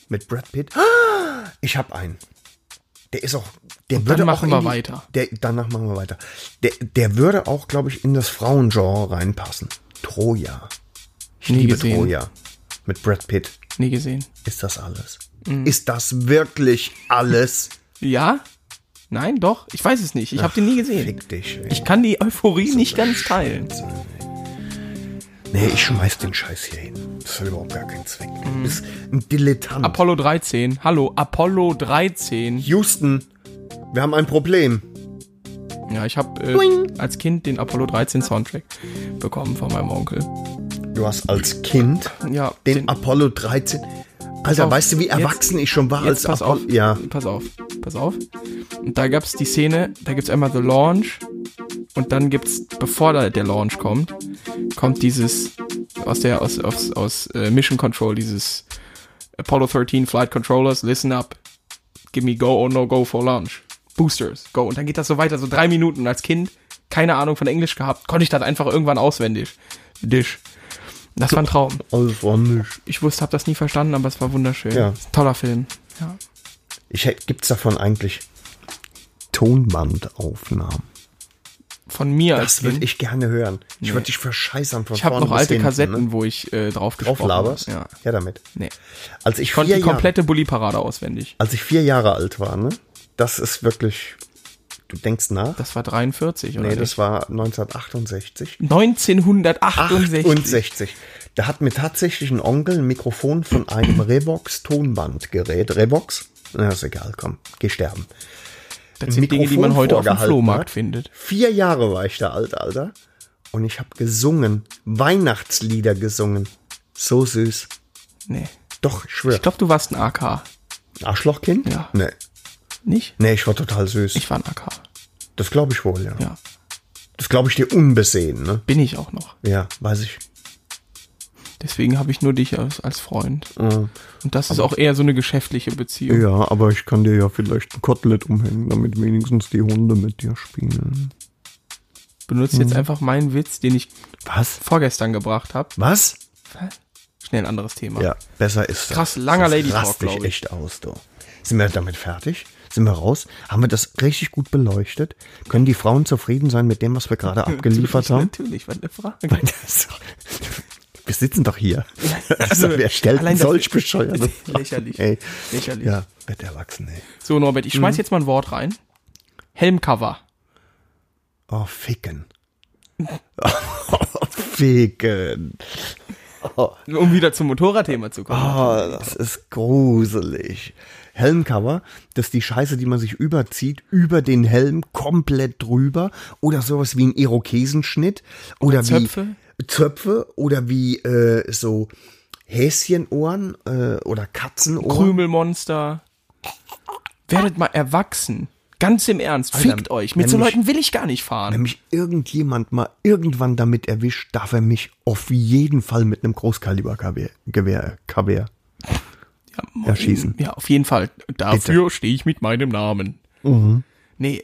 Mit Brad Pitt. Ah, Ich habe einen. Der ist auch. Der dann würde auch machen in wir die- weiter. Der, danach machen wir weiter. Der, der würde auch, glaube ich, in das Frauengenre reinpassen. Troja. Ich Nie liebe gesehen. Troja. Mit Brad Pitt. Nie gesehen. Ist das alles? Mhm. Ist das wirklich alles? Ja? Nein, doch. Ich weiß es nicht. Ich habe den nie gesehen. Fick dich. Ey. Ich kann die Euphorie nicht ganz teilen. nee, ich schmeiß den Scheiß hier hin. Das hat überhaupt gar keinen Zweck. Mhm. Du bist ein Dilettant. Apollo 13. Hallo, Apollo 13. Houston, wir haben ein Problem. Ja, ich habe äh, als Kind den Apollo 13 Soundtrack bekommen von meinem Onkel. Du hast als Kind Ja, den, den- Apollo 13. Alter, auf, weißt du, wie jetzt- erwachsen ich schon war Jetzt als pass Apollo? auf. Ja, Pass auf. Pass auf. Und da gab's die Szene, da gibt's einmal The Launch und dann gibt's, bevor da der Launch kommt, kommt dieses aus der aus aus, aus äh, Mission Control dieses Apollo 13 Flight Controllers Listen up give me go or no go for lunch. Boosters, go. Und dann geht das so weiter, so drei Minuten. Und als Kind, keine Ahnung von Englisch gehabt, konnte ich das einfach irgendwann auswendig. Dish. Das war ein Traum. Alles ordentlich. Ich wusste, habe das nie verstanden, aber es war wunderschön. Ja. Ist ein Toller Film. Ja. Ich, hätt- gibt's davon eigentlich Tonbandaufnahmen? Von mir als Das würde Kind. ich gerne hören. Ich würde dich verscheißern von Ich habe vorne noch bis alte hinten, Kassetten, Ne? wo ich äh, Drauf drauf gesprochen habe. laberst? Ja. ja, damit. Nee. Als ich, Ich konnte vier die Jahre, komplette Bulli-Parade auswendig. als ich vier Jahre alt war, ne? Das ist wirklich. Du denkst nach? Das war 43, nee, oder? nicht? das war 1968. 1968. 68. Da hat mir tatsächlich ein Onkel ein Mikrofon von einem Revox Tonbandgerät. Revox? Na, ist egal, komm, geh sterben. Das sind Dinge, die man Mikrofon heute auf dem vorgehalten Flohmarkt hat. findet. Vier Jahre war ich da alt, Alter. Und ich habe gesungen, Weihnachtslieder gesungen. So süß. Nee. Doch, ich schwöre. Ich glaube, du warst ein AK. Arschlochkind? Ja. Nee. Nicht? Nee, ich war total süß. Ich war ein AK. das glaube ich wohl, ja. Ja. Das glaube ich dir unbesehen, ne? Bin ich auch noch. Ja, weiß ich. Deswegen habe ich nur dich als, als Freund. Und das ist auch eher so eine geschäftliche Beziehung. Ja, aber ich kann dir ja vielleicht ein Kotelett umhängen, damit wenigstens die Hunde mit dir spielen. Benutzt Mhm. jetzt einfach meinen Witz, den ich Was? vorgestern gebracht habe. Was? Schnell ein anderes Thema. Ja, besser ist das. Krass, langer Sonst Lady Talk, raste ich glaub ich. echt aus, du. Sind wir damit fertig? Sind wir raus? Haben wir das richtig gut beleuchtet? Können die Frauen zufrieden sein mit dem, was wir gerade abgeliefert haben? Natürlich, war eine Frage. Das- Wir sitzen doch hier. Also, wer stellt Allein das- solch bescheuerte Fragen? Lächerlich. Ey. Lächerlich. Ja, wird erwachsen, ey. So, Norbert, ich Mhm. schmeiß jetzt mal ein Wort rein. Helmcover. Oh, ficken. Oh, ficken. Um wieder zum Motorradthema zu kommen. Oh, das ist gruselig. Helmcover, das ist die Scheiße, die man sich überzieht, über den Helm komplett drüber oder sowas wie ein Irokesenschnitt oder, Zöpfe. wie Zöpfe oder wie äh, so Häschenohren äh, oder Katzenohren. Krümelmonster. Werdet mal erwachsen. Ganz im Ernst. Alter, Fickt euch. Mit wenn so mich- Leuten will ich gar nicht Wenn fahren. mich irgendjemand mal irgendwann damit erwischt, darf er mich auf jeden Fall mit einem Großkaliber-Gewehr Gewehr, Gewehr Ja, erschießen. Ja, auf jeden Fall. Dafür stehe ich mit meinem Namen. Nee, äh,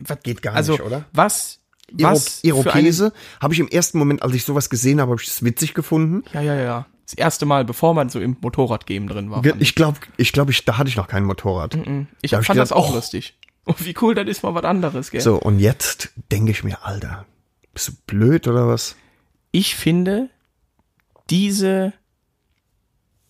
was, Mhm. Geht gar also, nicht, oder? Was? Iro Was? für Irokese habe ich im ersten Moment, als ich sowas gesehen habe, habe ich es witzig gefunden. Eine, ja, ja, ja. Das erste Mal, bevor man so im Motorradgame drin war. Wir- fand Ich glaube, ich glaube, ich, da hatte ich noch kein Motorrad. Mm, ich da hab fand ich das gedacht, auch oh. lustig. Und wie cool, dann ist mal was anderes, gell? So, und jetzt denke ich mir, Alter, bist du blöd oder was? ich finde, diese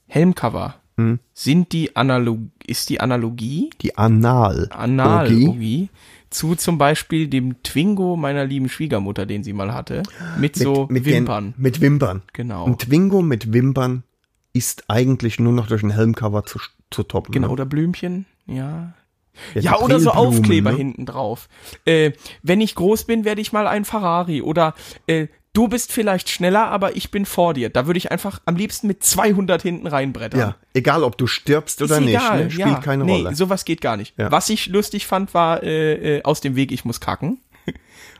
Helmcover Hm. sind die Analog ist die Analogie, Die Anal. Orgie Analogie zu zum Beispiel dem Twingo meiner lieben Schwiegermutter, den sie mal hatte, mit, so mit Wimpern. Den, mit Wimpern. genau. Ein Twingo mit Wimpern ist eigentlich nur noch durch ein Helmcover zu, zu toppen. genau, Ne? oder Blümchen, ja. Ja, Ja, die oder so Prilblumen, Aufkleber ne? hinten drauf. Äh, wenn ich groß bin, werde ich mal ein Ferrari. Oder äh, du bist vielleicht schneller, aber ich bin vor dir. Da würde ich einfach am liebsten mit 200 hinten reinbrettern. Ja, egal ob du stirbst oder Ist nicht, egal, ne? spielt ja. keine nee, Rolle. sowas geht gar nicht. Ja. Was ich lustig fand, war äh, äh, aus dem Weg, ich muss kacken.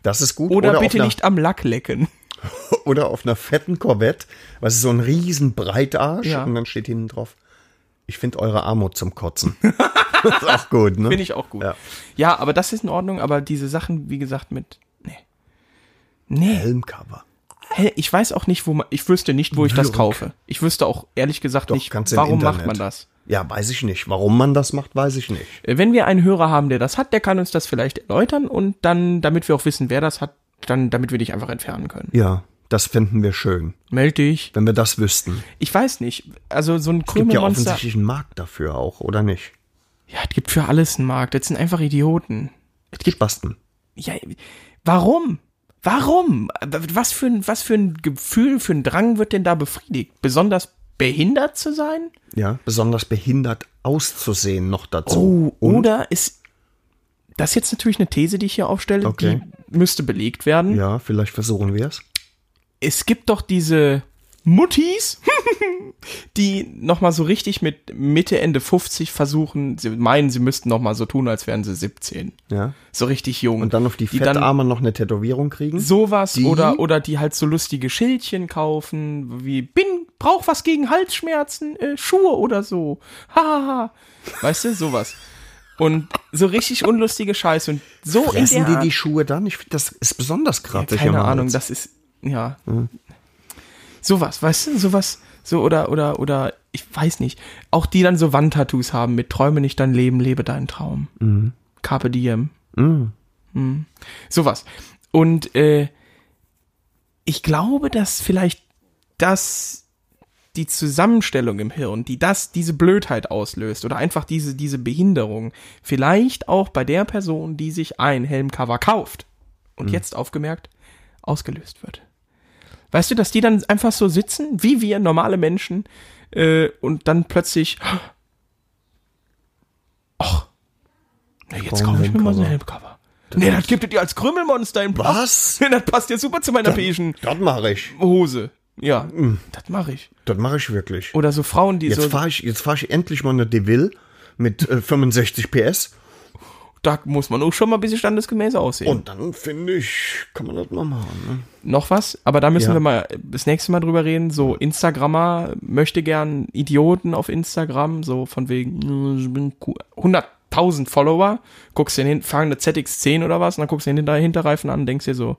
Das ist gut. Oder, auf bitte einer- nicht am Lack lecken. oder auf einer fetten Corvette, was ist so ein riesen Breitarsch Ja. und dann steht hinten drauf, ich finde eure Armut zum Kotzen. das ist auch gut, ne? Finde ich auch gut. Ja. Ja. aber das ist in Ordnung. Aber diese Sachen, wie gesagt, mit... Nee. Nee. Helmcover. Hä, ich weiß auch nicht, wo man... Ich wüsste nicht, wo ich das Lyrik. kaufe. Ich wüsste auch ehrlich gesagt Doch, nicht, kannst du im warum macht man Internet. das. Ja, weiß ich nicht. Warum man das macht, weiß ich nicht. Äh, Wenn wir einen Hörer haben, der das hat, der kann uns das vielleicht erläutern. Und dann, damit wir auch wissen, wer das hat, dann, damit wir dich einfach entfernen können. Ja, das fänden wir schön, Meld dich. wenn wir das wüssten. Ich weiß nicht. Also so ein Gibt ja Krümelmonster... offensichtlich einen Markt dafür auch, oder nicht? Ja, es gibt für alles einen Markt. Das sind einfach Idioten. Es gibt, Spasten. ja, warum? Warum? Was für, ein, was für ein Gefühl, für ein Drang wird denn da befriedigt? Besonders behindert zu sein? Ja, besonders behindert auszusehen noch dazu. Oh, oder ist das ist jetzt natürlich eine These, die ich hier aufstelle, Okay. die müsste belegt werden. Ja, vielleicht versuchen wir es. Es gibt doch diese Muttis, die nochmal so richtig mit Mitte, Ende 50 versuchen, sie meinen, sie müssten nochmal so tun, als wären sie 17. Ja. So richtig jung. Und dann auf die, die dann Fettarme noch eine Tätowierung kriegen. sowas Die? oder oder die halt so lustige Schildchen kaufen, wie bin brauch was gegen Halsschmerzen, äh, Schuhe oder so. Hahaha. Weißt du, sowas. Und so richtig unlustige Scheiße. Und so Fressen in der die die Art- Schuhe dann? Ich, find, das ist besonders gratis. Keine am Hals. Ahnung, das ist, ja. Sowas, weißt du, sowas, so oder, oder, oder, ich weiß nicht. Auch die dann so Wandtattoos haben mit Träume nicht dein Leben, lebe deinen Traum. Carpe diem. Mhm. Sowas. Und, äh, ich glaube, dass vielleicht das die Zusammenstellung im Hirn, die das, diese Blödheit auslöst oder einfach diese, diese Behinderung, vielleicht auch bei der Person, die sich ein Helmcover kauft Mhm. und jetzt aufgemerkt ausgelöst wird. Weißt du, dass die dann einfach so sitzen, wie wir normale Menschen, äh, und dann plötzlich, ach, na, jetzt brauche ein kaufe ich mir mal so ein Helmcover." Helmcover. Nee, das gibt es dir als Krümelmonster im Blog. Was? Das passt ja super zu meiner beigen Das mache ich. Hose. Ja, Mm. das mache ich. Das mache ich wirklich. Oder so Frauen, die Jetzt so, fahre ich, jetzt fahr ich endlich mal eine DeVille mit äh, 65 PS. da muss man auch schon mal ein bisschen standesgemäß aussehen. Und dann finde ich, kann man das mal machen. Ne? Noch was, aber da müssen Ja. wir mal das nächste Mal drüber reden. So Instagrammer möchte gern Idioten auf Instagram, so von wegen "Nö, ich bin cool." 100.000 Follower, guckst dir den fang eine ZX10 oder was, und dann guckst du den Hinter- Hinterreifen an, und denkst dir so,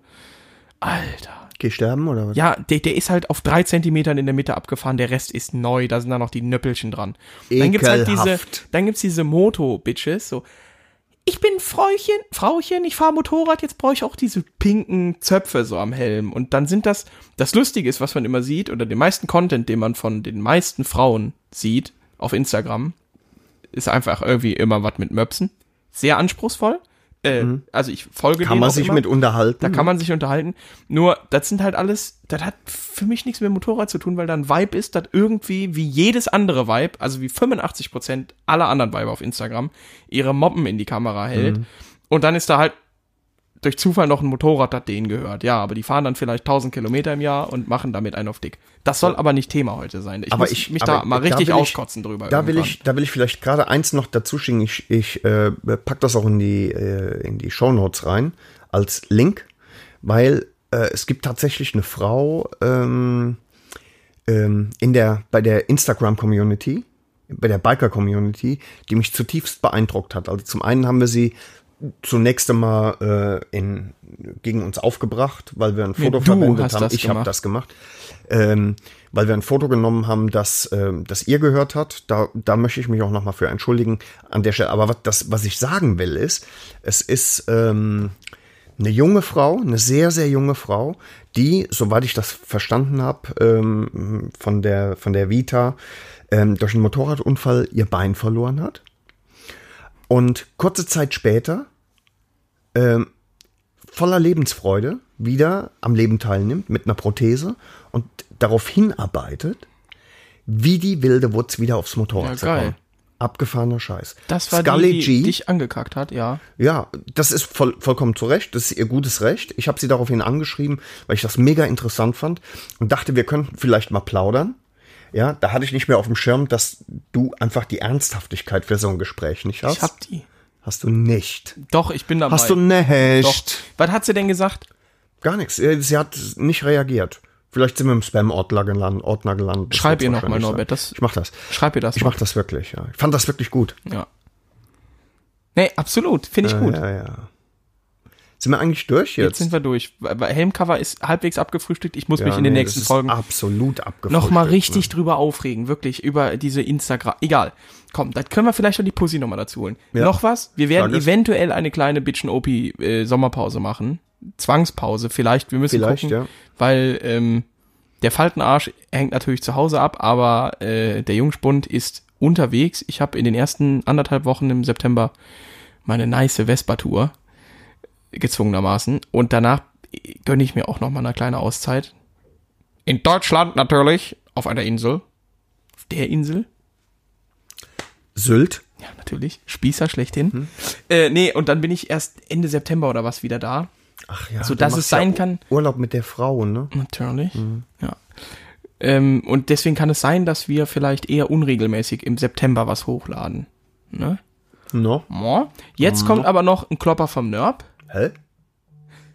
Alter. Geh sterben oder was? Ja, der, der ist halt auf drei Zentimetern in der Mitte abgefahren, der Rest ist neu, da sind dann noch die Nöppelchen dran. Dann gibt's halt diese, Ekelhaft. dann gibt's diese Moto-Bitches, so, ich bin Frauchen, Frauchen, ich fahre Motorrad, jetzt brauche ich auch diese pinken Zöpfe so am Helm. Und dann sind das, das Lustige ist, was man immer sieht, oder den meisten Content, den man von den meisten Frauen sieht, auf Instagram, ist einfach irgendwie immer was mit Möpsen. Sehr anspruchsvoll. Äh, Also ich Mhm. folge Kann denen man auch sich immer. mit unterhalten. Da kann man sich unterhalten. Nur, das sind halt alles, das hat für mich nichts mit dem Motorrad zu tun, weil da ein Vibe ist, das irgendwie wie jedes andere Vibe, also wie 85% aller anderen Vibe auf Instagram, ihre Moppen in die Kamera hält. Mhm. Und dann ist da halt durch Zufall noch ein Motorrad, das denen gehört. Ja, aber die fahren dann vielleicht 1000 Kilometer im Jahr und machen damit einen auf dick. Das soll aber nicht Thema heute sein. Ich Aber muss ich- mich aber da mal da richtig will ich- auskotzen drüber. Da will, irgendwann. ich, da will ich vielleicht gerade eins noch dazu schicken. Ich, ich äh, pack das auch in die, äh, in die Shownotes rein als Link, weil äh, es gibt tatsächlich eine Frau ähm, ähm, in der, bei der Instagram-Community, bei der Biker-Community, die mich zutiefst beeindruckt hat. Also zum einen haben wir sie zunächst einmal äh, in, gegen uns aufgebracht, weil wir ein Foto du verwendet hast haben. das Ich habe gemacht. das gemacht ähm, weil wir ein Foto genommen haben, das, ähm, das ihr gehört hat. Da, da möchte ich mich auch nochmal für entschuldigen an der Stelle. Aber was, das, was ich sagen will, ist, es ist ähm, eine junge Frau, eine sehr, sehr junge Frau, die, soweit ich das verstanden habe, ähm, von, der, von der Vita ähm, durch einen Motorradunfall ihr Bein verloren hat. Und kurze Zeit später ähm, voller Lebensfreude wieder am Leben teilnimmt mit einer Prothese und darauf hinarbeitet, wie die wilde Wutz wieder aufs Motorrad Ja, zu geil. kommen. Abgefahrener Scheiß. das war Scully die, G. die dich angekackt hat, ja. Ja, das ist voll, vollkommen zu Recht. Das ist ihr gutes Recht. Ich habe sie daraufhin angeschrieben, weil ich das mega interessant fand und dachte, wir könnten vielleicht mal plaudern. Ja, da hatte ich nicht mehr auf dem Schirm, dass du einfach die Ernsthaftigkeit für so ein Gespräch nicht hast. Ich hab die. hast du nicht. Doch, ich bin dabei. Hast du nicht. Doch. Was hat sie denn gesagt? Gar nichts. Äh, Sie hat nicht reagiert. Vielleicht sind wir im Spam-Ordner gelandet. Ordner gelandet. Das Schreib wird's ihr noch mal, wahrscheinlich Norbert, sein. das- ich mach das. Schreib ihr das Ich mal. mach das wirklich, ja. Ich fand das wirklich gut. Ja. Nee, absolut. Finde ich gut. Äh, Ja, ja. Sind wir eigentlich durch jetzt? Jetzt sind wir durch. Weil- weil Helmcover ist halbwegs abgefrühstückt. Ich muss ja, mich in den nee, nächsten das ist ne? Folgen Absolut abgefrühstückt. nochmal richtig drüber aufregen. Wirklich über diese Instagram. Egal. Komm, dann können wir vielleicht noch die Pussy nochmal dazu holen. Noch was? Wir werden Sag es. eventuell eine kleine Bitchen-OP-Sommerpause machen. Zwangspause vielleicht. Wir müssen Vielleicht, gucken. ja. Weil ähm, der Faltenarsch hängt natürlich zu Hause ab, aber äh, der Jungspund ist unterwegs. Ich habe in den ersten anderthalb Wochen im September meine nice Vespa-Tour gezwungenermaßen. Und danach gönne ich mir auch noch mal eine kleine Auszeit. In Deutschland natürlich, auf einer Insel. Auf der Insel, Sylt. ja, natürlich. Spießer schlechthin. Mhm. Äh, nee, und dann bin ich erst Ende September oder was wieder da. Ach ja. So, du dass es machst sein ja kann- Urlaub mit der Frau, ne? Natürlich, ja. Ähm, und deswegen kann es sein, dass wir vielleicht eher unregelmäßig im September was hochladen. Ne? No. Ja. Jetzt Mhm. kommt aber noch ein Klopper vom Nörb. Hä?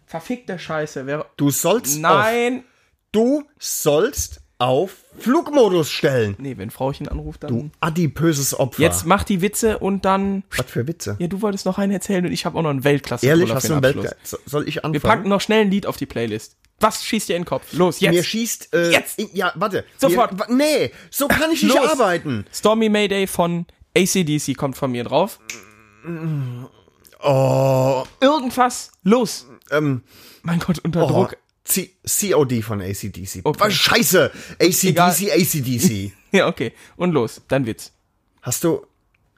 Verfickte Scheiße, wäre. Du sollst. Auf, Nein! du sollst auf Flugmodus stellen. Nee, wenn Frauchen anruft, dann. Du adipöses Opfer. Jetzt mach die Witze und dann. Was für Witze. Ja, du wolltest noch einen erzählen und ich habe auch noch einen Weltklasse. Ehrlich, Brüller hast du für den einen Abschluss. Weltgeist? Soll ich anfangen? Wir packen noch schnell ein Lied auf die Playlist. Was schießt dir in den Kopf? Los, jetzt. Mir schießt. Äh, Jetzt. in- Ja, warte. Sofort. Mir, wa- nee, so kann ich nicht Los. arbeiten. Stormy Mayday von ACDC kommt von mir drauf. Oh, Irgendwas. Los. ähm, Mein Gott, unter oh. Druck. C COD von ACDC. Okay. Was Scheiße. Egal. ACDC, ACDC. Ja, okay. Und los. Dein Witz. Hast du.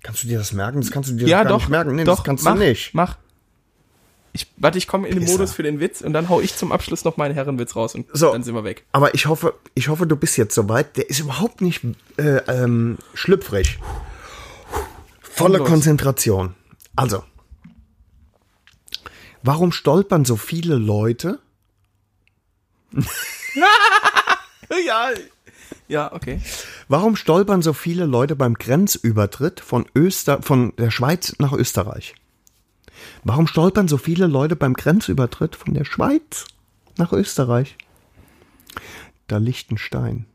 Kannst du dir das merken? Das kannst du dir Ja, gar doch. nicht merken. Nee, doch, das kannst mach, du nicht. Mach. Ich, warte, ich komme in den Pisser. Modus für den Witz und dann hau ich zum Abschluss noch meinen Herrenwitz raus und So. dann sind wir weg. Aber ich hoffe, ich hoffe, du bist jetzt soweit. Der ist überhaupt nicht äh, ähm, schlüpfrig. Volle los. Konzentration. Also, warum stolpern so viele Leute? Ja. Ja, okay. Warum stolpern so viele Leute beim Grenzübertritt von Öster von der Schweiz nach Österreich? Warum stolpern so viele Leute beim Grenzübertritt von der Schweiz nach Österreich? Da Liechtenstein.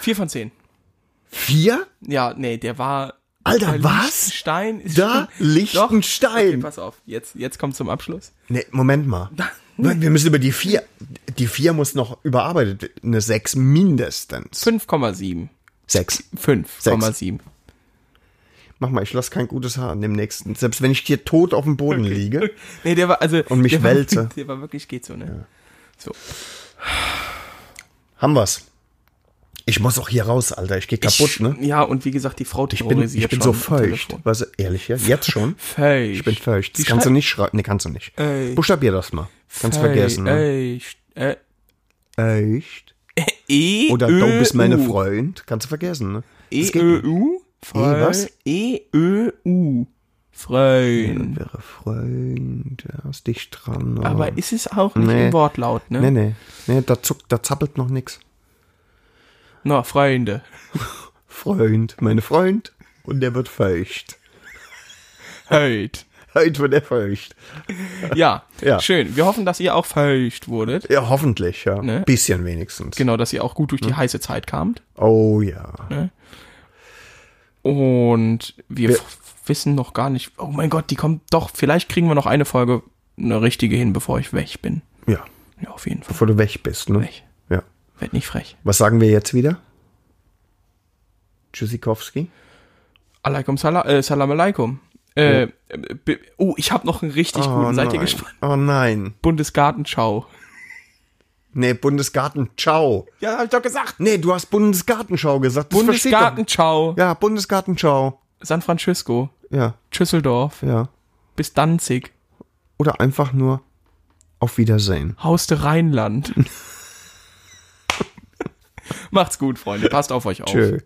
Vier von zehn. Vier? Ja, nee, der war. Alter, der was? Liechtenstein ist Da Doch. Okay, Liechtenstein. pass auf. Jetzt, jetzt kommt zum Abschluss. Nee, Moment mal. Wir wir müssen über die vier. Die vier muss noch überarbeitet. Eine sechs mindestens. 5,7. Sechs. 5,7. Mach mal, ich lasse kein gutes Haar an dem nächsten. Selbst wenn ich hier tot auf dem Boden liege. Nee, der war also. Und mich der War, wälze. der war wirklich geht so, ne? So. Haben wir's. Ich muss auch hier raus, Alter. Ich gehe kaputt, Ich- ne? Ja, und wie gesagt, die Frau Ich bin, terrorisiert ich bin schon so am feucht. Telefon. Weißt du, ehrlich, ja? Jetzt schon? Feucht. Ich bin feucht. Wie Das kannst du schrei- nicht schreiben. Nee, kannst du nicht. Ey. Buchstabier das mal. Kannst vergessen. Ne? Feucht. Äh, Echt? e Oder äh, Ö, du bist meine U. Freund. Kannst du vergessen, ne? E, Das geht Ö, nicht. U? Freund. was? E, Ö, U. Freund. Wäre Freund, ja, ist dich dran. Aber ist es auch nicht Nee. im Wortlaut, ne? Nee, nee. Nee, da zuckt, da zappelt noch nix. Na, Freunde. Freund, meine Freund. Und der wird feucht. Feucht. Heute wird er feucht. halt. Ja. Ja. schön. Wir hoffen, dass ihr auch feucht wurdet. Ja, hoffentlich, ja. Ne? Bisschen wenigstens. Genau, dass ihr auch gut durch die heiße Zeit kamt. Oh ja. Und wir, f- wissen noch gar nicht. Oh mein Gott, die kommt doch. Vielleicht kriegen wir noch eine Folge, eine richtige hin, bevor ich weg bin. Ja. Ja, auf jeden Fall. Bevor du weg bist, ne? Weg. Ja. Werd nicht frech. Was sagen wir jetzt wieder? Tschüssikowski? Alaikum sala äh, salam alaikum. Äh, äh, b- oh, ich habe noch einen richtig guten. Seid ihr nein. gespannt? Oh nein. Bundesgartenschau. Nee, Bundesgarten, ciao. Ja, hab ich doch gesagt. Nee, du hast Bundesgartenschau gesagt. Das versteht doch- Bundesgartenschau. Ja, Bundesgarten, ciao. San Francisco, Ja, Düsseldorf, ja. bis Danzig, Oder einfach nur auf Wiedersehen. Haus der Rheinland. Macht's gut, Freunde. Passt auf euch auf. Tschö.